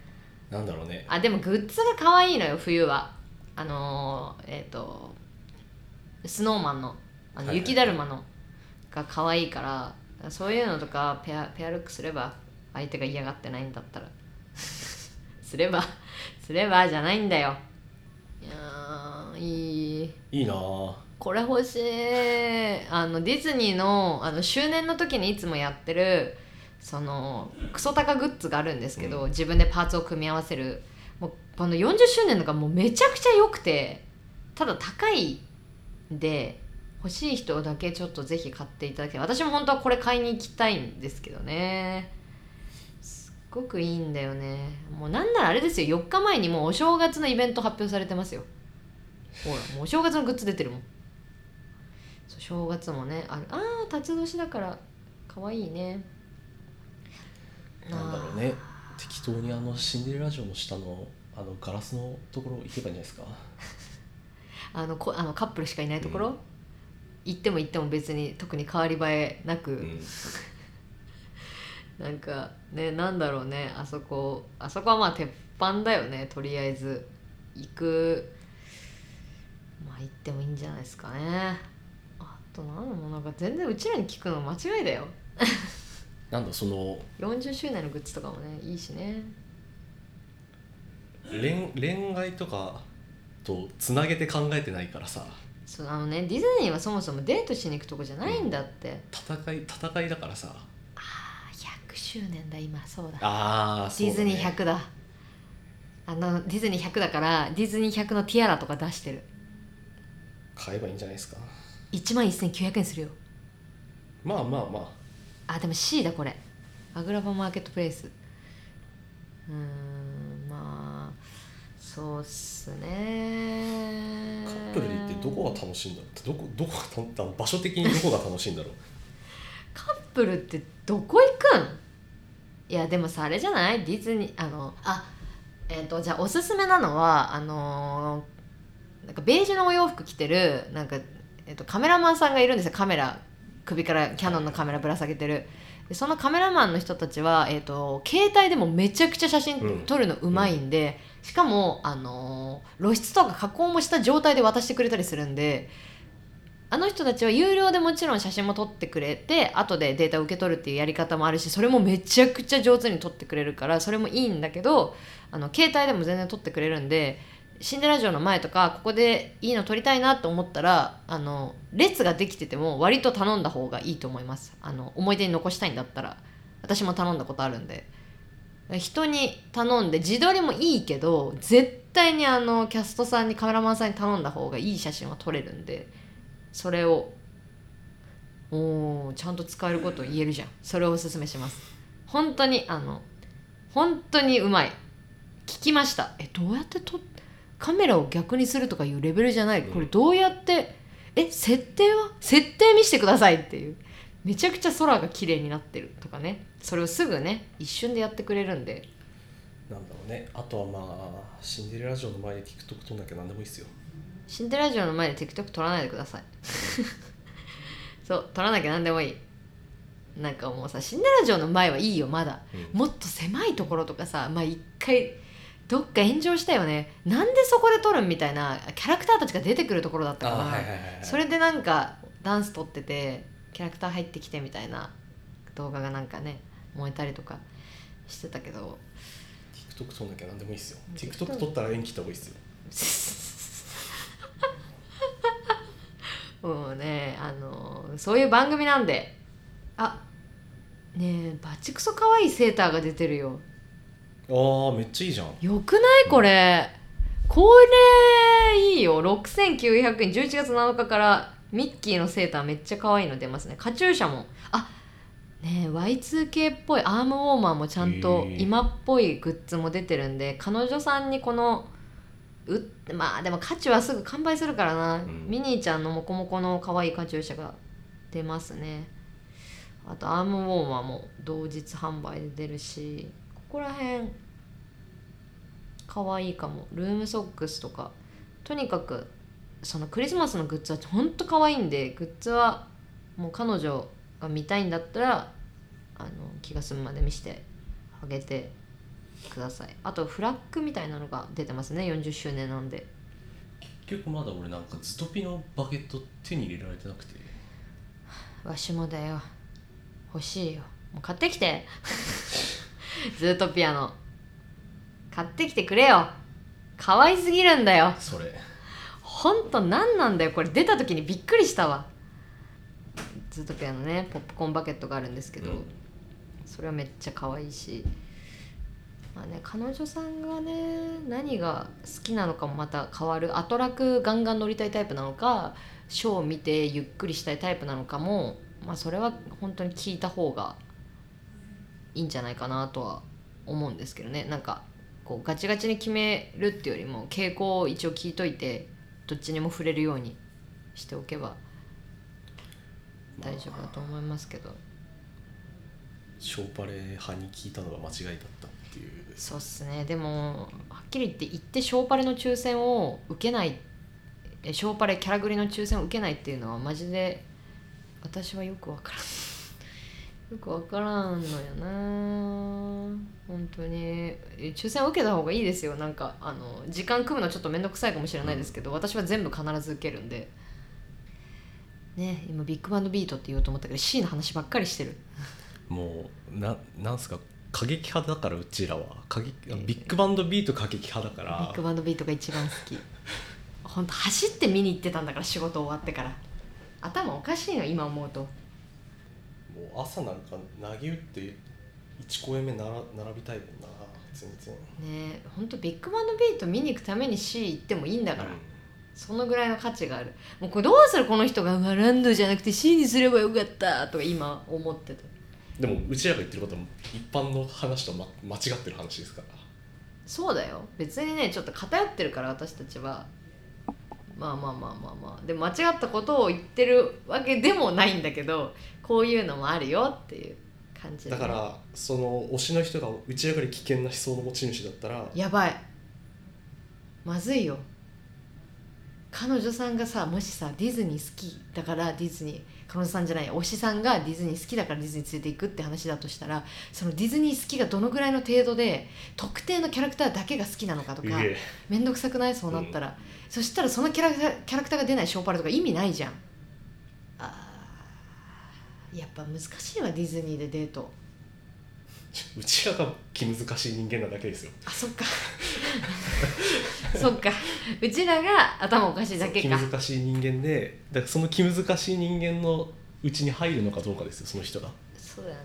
なんだろうね
あでもグッズが可愛いのよ冬はあのーえっ、とスノーマンのあ
はいは
の
い
雪だるまのが可愛いから、そういうのとかペアペアルックすれば相手が嫌がってないんだったら すればすればじゃないんだよいやーいい
いいなあ
これ欲しいあのディズニーのあの周年の時にいつもやってるそのクソ高グッズがあるんですけど、
うん
自分でパーツを組み合わせるもうこの40周年のがもうめちゃくちゃ良くてただ高いんで欲しい人だけちょっとぜひ買っていただけ私も本当はこれ買いに行きたいんですけどねすっごくいいんだよねもうなんならあれですよ4日前にもうお正月のイベント発表されてますよほらもうお正月のグッズ出てるもんそう正月もねあるああ辰年だから可愛いね
なんだろうね適当にあのシンデレラ城の下のあのガラスのところ行けばいいんじゃないですか
あーあのこあのカップルしかいないところ、
うん
行っても行っても別に特に変わり映えなく、
うん
なんかねなんだろうねあそこあそこはまあ鉄板だよねとりあえず行くまあ行ってもいいんじゃないですかねあとなんだろうなんか全然うちらに聞くの間違いだよ
なんだその
40周年のグッズとかもねいいしね
恋恋愛とかとつなげて考えてないからさ
そうあのねディズニーはそもそもデートしに行くとこじゃないんだって、
戦い戦いだからさ
あー100周年だ今そうだ
ああ
ディズニー100だあのディズニー100だからディズニー100のティアラとか出してる
買えばいいんじゃないですか
1万1900円するよ
まあまあま
あでも C だこれアグラバマーケットプレイスうーんまあそうっすね
あカップルで行ってどこが楽しいんだろうどこどこがた場所的にどこが楽しいんだろう
カップルってどこ行くんいやでもさあれじゃないディズニーあのあえっ、とじゃあおすすめなのはあのーなんかベージュのお洋服着てるなんか、えっとカメラマンさんがいるんですよカメラ首からキャノンのカメラぶら下げてるでそのカメラマンの人たちは、えっと携帯でもめちゃくちゃ写
うん
真撮るのうまいんで、しかも、あのー露出とか加工もした状態で渡してくれたりするんであの人たちは有料でもちろん写真も撮ってくれて後でデータを受け取るっていうやり方もあるしそれもめちゃくちゃ上手に撮ってくれるからそれもいいんだけどあの携帯でも全然撮ってくれるんでシンデレラ城の前とかここでいいの撮りたいなと思ったらあの列ができてても割と頼んだ方がいいと思いますあの思い出に残したいんだったら私も頼んだことあるんで人に頼んで自撮りもいいけど絶対にあのキャストさんにカメラマンさんに頼んだ方がいい写真は撮れるんでそれをおーちゃんと使えることを言えるじゃんそれをおすすめします本当にあの本当にうまい聞きましたえどうやって撮っカメラを逆にするとかいうレベルじゃないこれどうやってえ設定は設定見せてくださいっていうめちゃくちゃ空が綺麗になってるとかねそれをすぐね一瞬でやってくれるんで
なんだろうねあとはまあシンデレラ城の前で TikTok 撮んなきゃ何でもいいっすよ
シンデレラ城の前で TikTok 撮らないでください そう撮らなきゃ何でもいいなんかもうさシンデレラ城の前はいいよまだ
うん
もっと狭いところとかさまあ一回どっか炎上したよねなんでそこで撮るんみたいなキャラクターたちが出てくるところだった
あ
から、
はいはいはい、はい、
それでなんかダンス撮っててキャラクター入ってきてみたいな動画がなんかね燃えたりとかしてたけど
TikTok 撮んなきゃ何でもいいっすよ
TikTok
TikTok 撮ったら縁切った方がいいっす よ
もうねあのそういう番組なんであねえバチクソ可愛いセーターが出てるよ
ああめっちゃいいじゃん
よくないこれこれいいよ6900円11月7日からミッキーのセーターめっちゃ可愛いの出ますねカチューシャもあねえ Y2K っぽいアームウォーマーもちゃんと
へえ
今っぽいグッズも出てるんで彼女さんにこのうまあでもカチューはすぐ完売するからな、
ん
ミニーちゃんのモコモコの可愛いカチューシャが出ますねあとアームウォーマーも同日販売で出るしここら辺可愛いかもルームソックスとかとにかくそのクリスマスのグッズはほんと可愛いんでグッズはもう彼女が見たいんだったらあの気が済むまで見してあげてくださいあとフラッグみたいなのが出てますね40周年なんで
結局まだ俺なんかズトピのバケット手に入れられてなくて
わしもだよ欲しいよもう買ってきて ズートピアの買ってきてくれよ可愛すぎるんだよ
それ
ほんと何なんだよこれ出た時にびっくりしたわズートピアのねポップコーンバケットがあるんですけど、
うん
それはめっちゃ可愛いしまあね彼女さんがね何が好きなのかもまた変わるアトラクガンガン乗りたいタイプなのかショーを見てゆっくりしたいタイプなのかもまあそれは本当に聞いた方がいいんじゃないかなとは思うんですけどねなんかこうガチガチに決めるっていうよりも傾向を一応聞いといてどっちにも触れるようにしておけば
まあ
大丈夫だと思いますけど、
ショーパレ派に聞いたのが間違いだったっていう
そうっすねでもはっきり言って行ってショーパレの抽選を受けないえショーパレキャラグリの抽選を受けないっていうのはマジで私はよくわからん よくわからんのよな本当にえ抽選を受けた方がいいですよなんかあの時間組むのちょっと面倒くさいかもしれないですけど、私は全部必ず受けるんでね今ビッグバンドビートって言おうと思ったけど C の話ばっかりしてる
もうななんすか過激派だからうちらは過激
ええ
ビッグバンドビート過激派だか
ビッ
ら
グバンドビートが一番好き本当走って見に行ってたんだから仕事終わってから頭おかしいの今思うと
もう朝なんか投げ打って1公演目なら並びたいもんな全然
ねえ本当ビッグバンドビート見に行くために C 行ってもいいんだから、そのぐらいの価値があるもうこれどうするこの人がうわランドじゃなくて C にすればよかったとか今思ってた
でもうちらが言ってることも一般の話と、ま、間違ってる話ですから
そうだよ別にねちょっと偏ってるから私たちはまあまあまあまあまあでも間違ったことを言ってるわけでもないんだけどこういうのもあるよっていう感じで
だからその推しの人がうちらより危険な思想の持ち主だったら
やばいまずいよ彼女さんがさもしさディズニー好きだからディズニー彼女さんじゃない推しさんがディズニー好きだからディズニー連れていくって話だとしたらそのディズニー好きがどのぐらいの程度で特定のキャラクターだけが好きなのかとか
ええ
面倒くさくないそうなったら、そしたらそのキャラクターキャラクターが出ないショーパレとか意味ないじゃんあーやっぱ難しいわディズニーでデート
うちらが気難しい人間なだけですよ
あそっか そっかうちらが頭おかしいだけ
気
か
難しい人間でだからその気難しい人間のうちに入るのかどうかですよその人が
そうだよね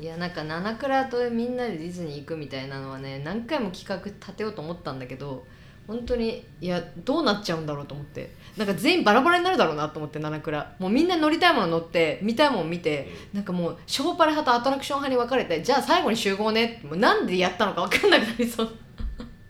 いやなんか七倉とみんなでディズニー行くみたいなのはね何回も企画立てようと思ったんだけど本当にいやどうなっちゃうんだろうと思ってなんか全員バラバラになるだろうなと思って七倉もうみんな乗りたいもの乗って見たいもん見てなんかもうショーパレ派とアトラクション派に分かれてじゃあ最後に集合ねもうなんでやったのか分かんなくなりそう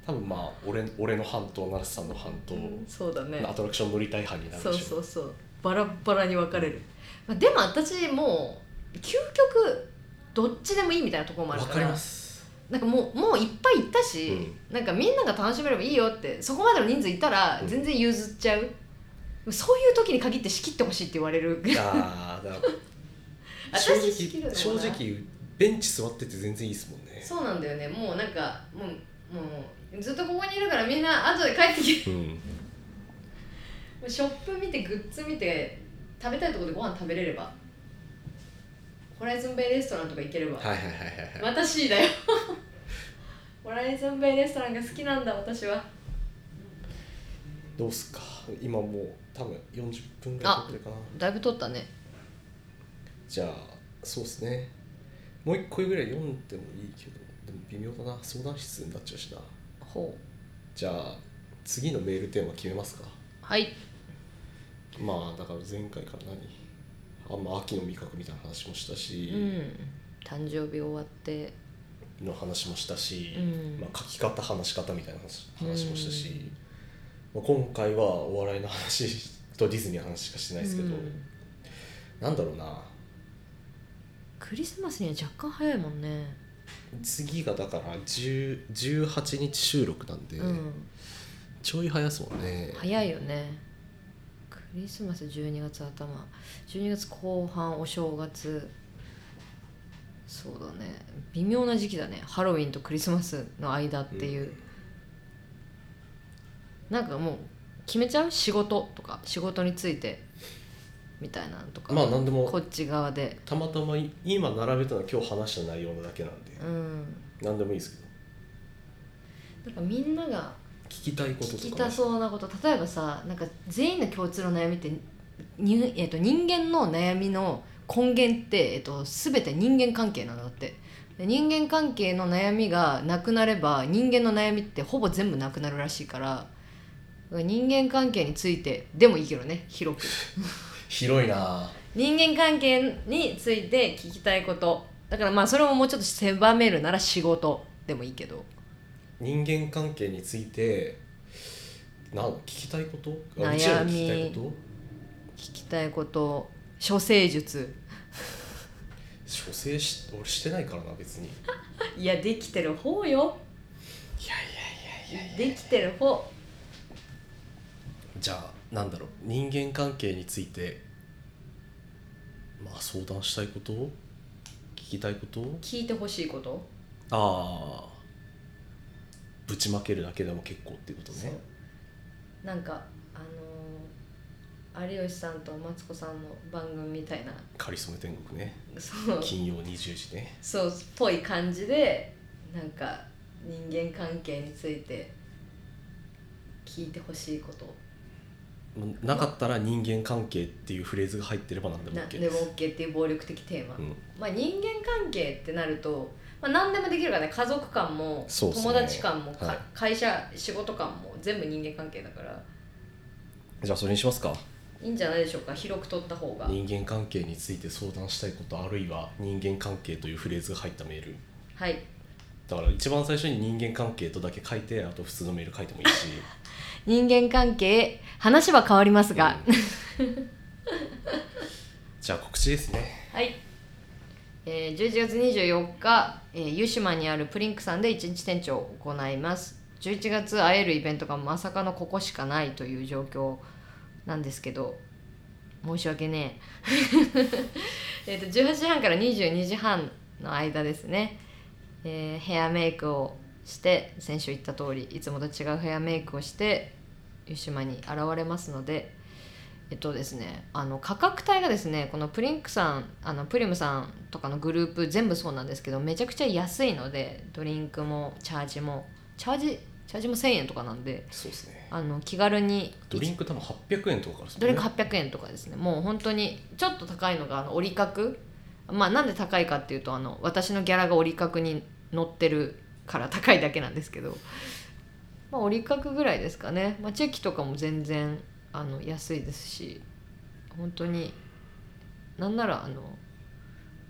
多分まあ俺俺の半島奈須さんの半島、
そうだね
アトラクション乗りたい派になる
そ
で
う
しょ
そうそうバラバラに分かれる、まあ、でも私もう究極どっちでもいいみたいなところもある
わ
から
かります
なんかもうもういっぱい行ったし、なんかみんなが楽しめればいいよってそこまでの人数いたら
うん
全然譲っちゃう、そういう時に限って仕切ってほしいって言われ る
あーだから正
私仕切るの
直
もな
正直ベンチ座ってて全然いいですもんね
そうなんだよねもうなんかもうもうずっとここにいるからみんな後で帰ってき て
うん
もうショップ見てグッズ見て食べたいところでご飯食べれればホライズンベイレストランとか行ければ、
はいはいはいはいはい
私だよホライズンベイレストランが好きなんだ私は
どうすっか今もう多分40分ぐらい
あ
経ってるかな
だいぶ取ったね
じゃあそうですねもう一個ぐらい読んでもいいけどでも微妙だな相談室になっちゃうしな
ほ
じゃあ次のメールテーマ決めますか
うはい
まあだから前回から何あんま秋の味覚みたいな話もした
う
し、
ん誕生日終わって
の話もしたし、
うん
まあ、書き方話し方みたいな話話もしたし、まあ、今回はお笑いの話とディズニーの話しかしてないですけど、
うん
なんだろうな
クリスマスには若干早いもんね、
次がだから10 18日収録なんで、
うん
ちょい早そうね
早いよねクリスマス12月頭12月後半お正月そうだね微妙な時期だねハロウィンとクリスマスの間っていう、なんかもう決めちゃう仕事とか仕事についてみたいなのとか、
まあ何で
こ
も
っち側で
たまたまい今並べたのは今日話した内容なだけなんで
うん
何でもいいですけ
な
ど
んかみんなが
聞きたいことと
聞き
か、
たそうなこと例えばさなんか全員の共通の悩みってに、えっと人間の悩みの根源って、えっと全て人間関係なんだってで人間関係の悩みがなくなれば人間の悩みってほぼ全部なくなるらしいから人間関係についてでもいいけどね広く
広いな
人間関係について聞きたいことだからまあそれももうちょっと狭めるなら仕事でもいいけど
人間関係についてなん聞きたいことあ
悩み
うちらが聞きたいこと
聞きたいこと処世術
処世し俺してないからな別にい
いやできてる方よ
やいやいやいやいや
できてる方
じゃあなんだろう人間関係についてまあ相談したいこと聞きたいこと
聞いてほしいこと
ああぶちまけるだけでも結構っていうこと
そう
ね
なんかあのー有吉さんとマツコさんの番組みたいな
「かりそめ天国ね」
そう
金曜20時ね
そうっぽい感じでなんか人間関係について聞いてほしいこと
もうなかったら人間関係っていうフレーズが入ってれば何でも
なん
OK
でも OK っていう暴力的テーマ、
うん、
まあ、人間関係ってなると、まあ、何でもできるからね家族間も
そうっすね
友達間もか
はい
会社仕事間も全部人間関係だから
じゃあそれにしますか
いいんじゃないでしょうか広く取った方が
人間関係について相談したいことあるいは人間関係というフレーズが入ったメール
はい
だから一番最初に人間関係とだけ書いてあと普通のメール書いてもいい し
人間関係話は変わりますが、
うんじゃあ告知ですね
はい、えー、11月24日、えー、湯島にあるプリンクさんで一日店長を行います11月会えるイベントがまさかのここしかないという状況なんですけど申し訳ねえ えーと18時半から22時半の間ですね、えーヘアメイクをして先週言った通りいつもと違うヘアメイクをして湯島に現れますのでえっとですね、あの価格帯がですねこのプリンクさんあのプリムさんとかのグループ全部そうなんですけどめちゃくちゃ安いのでドリンクもチャージもチャージチャージも1000円とかなんで
そうですね
あの気軽に
ドリンク多分800円とかからです
ド
もん
リン
ね
ク800円とかですねもう本当にちょっと高いのがあの折り角まあなんで高いかっていうとあの私のギャラが折り角に乗ってるから高いだけなんですけど、まあ、折り角ぐらいですかね、まあ、チェキとかも全然あの安いですし本当になんならあの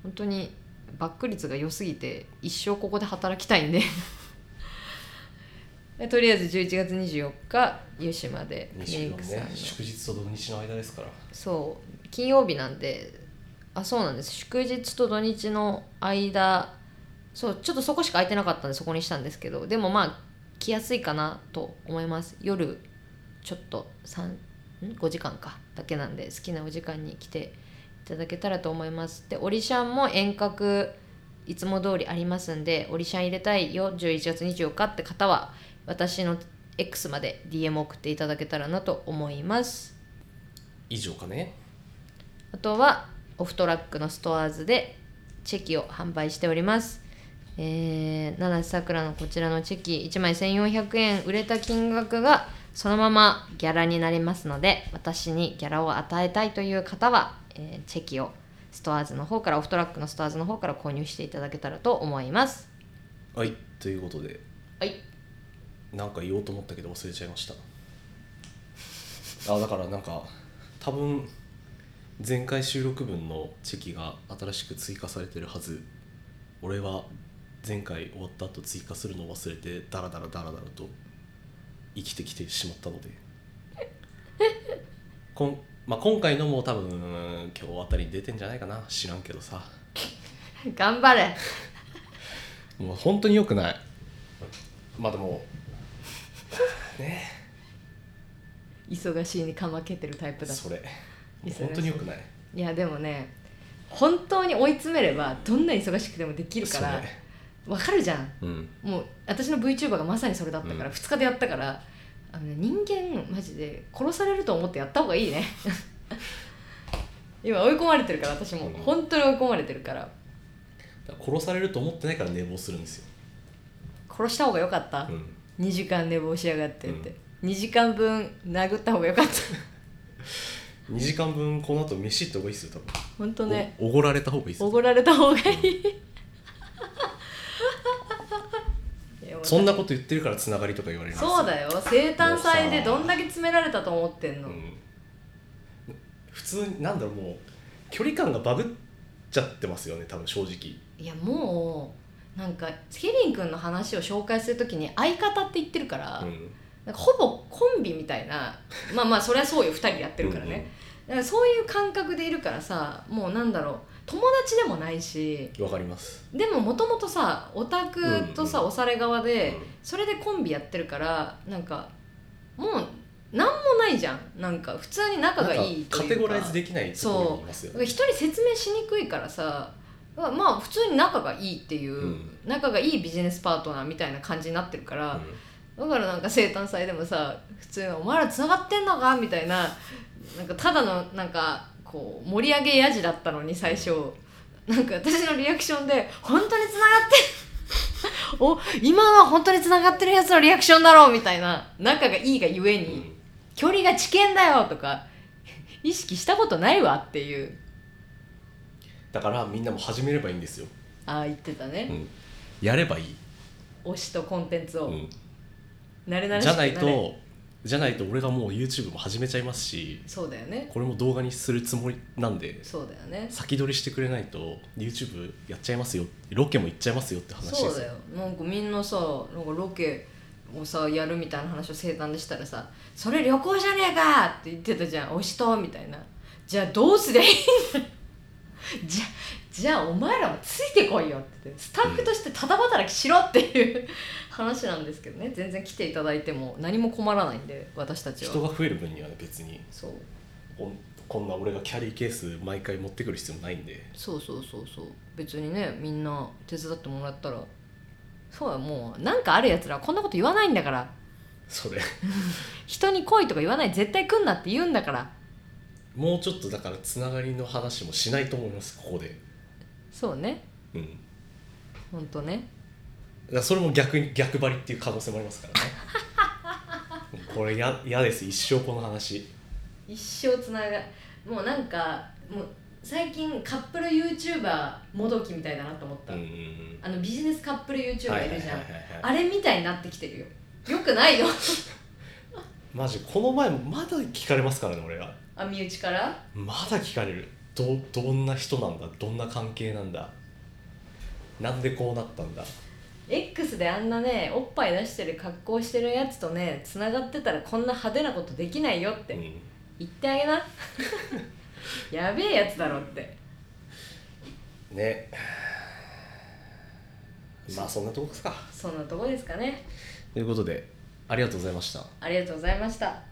本当にバック率が良すぎて一生ここで働きたいんで とりあえず11月24日湯島で
2
メ
週
イクさん
間
の
ね祝日と土日の間ですから
そう金曜日なんであそうなんです祝日と土日の間そうちょっとそこしか空いてなかったんでそこにしたんですけどでもまあ来やすいかなと思います夜ちょっと3ん5時間かだけなんで好きなお時間に来ていただけたらと思いますでオリシャンも遠隔いつも通りありますんでオリシャン入れたいよ11月24日って方は私の X まで DM 送っていただけたらなと思います
以上かね
あとはオフトラックのストアーズでチェキを販売しております。えー、七瀬さくらのこちらのチェキ1枚1400円売れた金額がそのままギャラになりますので私にギャラを与えたいという方は、えーチェキをストアーズの方からオフトラックのストアーズの方から購入していただけたらと思います
はいということで
はい
なんか言おうと思ったけど忘れちゃいましたあだからなんか多分前回収録分のチェキが新しく追加されてるはず俺は前回終わった後追加するのを忘れてダラダラダラダラと生きてきてしまったのでこん、まあ、今回のも多分今日あたりに出てんじゃないかな知らんけどさ
頑張れ
もう本当に良くないまあでもね
忙しいにかまけてるタイプだ
それ
忙しい
本当に良くない
いやでもね本当に追い詰めればどんな忙しくてもできるからわかるじゃん
それうん
もう私の VTuber がまさにそれだったから、
うん
2日でやったからあの、ね、人間マジで殺されると思ってやった方がいいね今追い込まれてるから私も、
うん
本当に追い込まれてるから
だから殺されると思ってないから寝坊するんですよ、
殺した方が良かった、
うん、
2時間寝坊しやがってって、2時間分殴った方が良 かった
2時間分この後飯行った方がいいですよ
本
多
当
分、
ね
おおごられた方がいいです
お
よ
ごられた方がいいいやもう
そんなこと言ってるからつながりとか言われるんですよ
そうだよ生誕祭でどんだけ詰められたと思ってん
う
の、
ん、普通になんだろうもう距離感がバグっちゃってますよね多分正直
いやもうなんかケリン君の話を紹介するときに相方って言ってるから、
うん
なんかほぼコンビみたいなまあまあそりゃそうよ2人やってるからね、からそういう感覚でいるからさもうなんだろう友達でもないし
わかります、
でももともとさオタクとさ、
うんう
おされ側で、
うん
それでコンビやってるからなんかもう何もないじゃんなんか普通に仲がいい
なんかカテゴライズ
で
できないところにいますよね
一人説明しにくいからさまあまあ普通に仲がいいっていう、
うん
仲がいいビジネスパートナーみたいな感じになってるから、だからなんか生誕祭でもさ普通に「お前らつながってんのか?」みたいななんかただのなんかこう盛り上げやじだったのに最初なんか私のリアクションで「本当につながってるお今のは本当につながってるやつのリアクションだろ」みたいな仲がいいがゆえ
う
に。
ん
距離が知見だよとか意識したことないわっていう
だからみんなも始めればいいんですよ、
ああ言ってた
う
ね、
んやればいい、
推しとコンテンツ
う
を、
ん
慣れ慣れし
じ
く
ゃない
なれ
とじゃないと俺がもう YouTube も始めちゃいますし
そうだよね
これも動画にするつもりなんで
そうだよね
先取りしてくれないと YouTube やっちゃいますよロケも行っちゃいますよって話です
そうだよなんかみんなさなんかロケをさやるみたいな話を生誕でしたらさ「それ旅行じゃねえか!」って言ってたじゃん「推しと」みたいなじゃあどうすりゃいいんだ じゃじゃあお前らもついてこいよって言ってスタッフとしてただ働きしろっていう 話なんですけどね全然来ていただいても何も困らないんで私たち
人
は
が増える分にはね別に
そう
こんこんな俺がキャリーケース毎回持ってくる必要ないんで
そうそうそうそう別にねみんな手伝ってもらったらそうやもうなんかあるやつらはこんなこと言わないんだから
それ
人に来いとか言わない絶対来んなって言うんだから
もうちょっとだからつながりの話もしないと思いますここで
そうね
うん
ほんとね
だからそれも逆に逆張りっていう可能性もありますか らねこれや嫌です一生この話
一生つながもうなんかもう最近カップル YouTuber もどきみたいだなと思った、
うんうんうん
あのビジネスカップル YouTuber いるじゃん、
はいはいはいはいはい
あれみたいになってきてるよよくないよ
マジこの前もまだ聞かれますからね俺は
あ身内から
まだ聞かれるどどんな人なんだどんな関係なんだなんでこうなったんだ
X であんなねおっぱい出してる格好してるやつとねつながってたらこんな派手なことできないよっ
う
て、
ん
言ってあげな やべえやつだろって
ねまあそんなとこですか
そんなとこですかね
ということでありがとうございました
ありがとうございました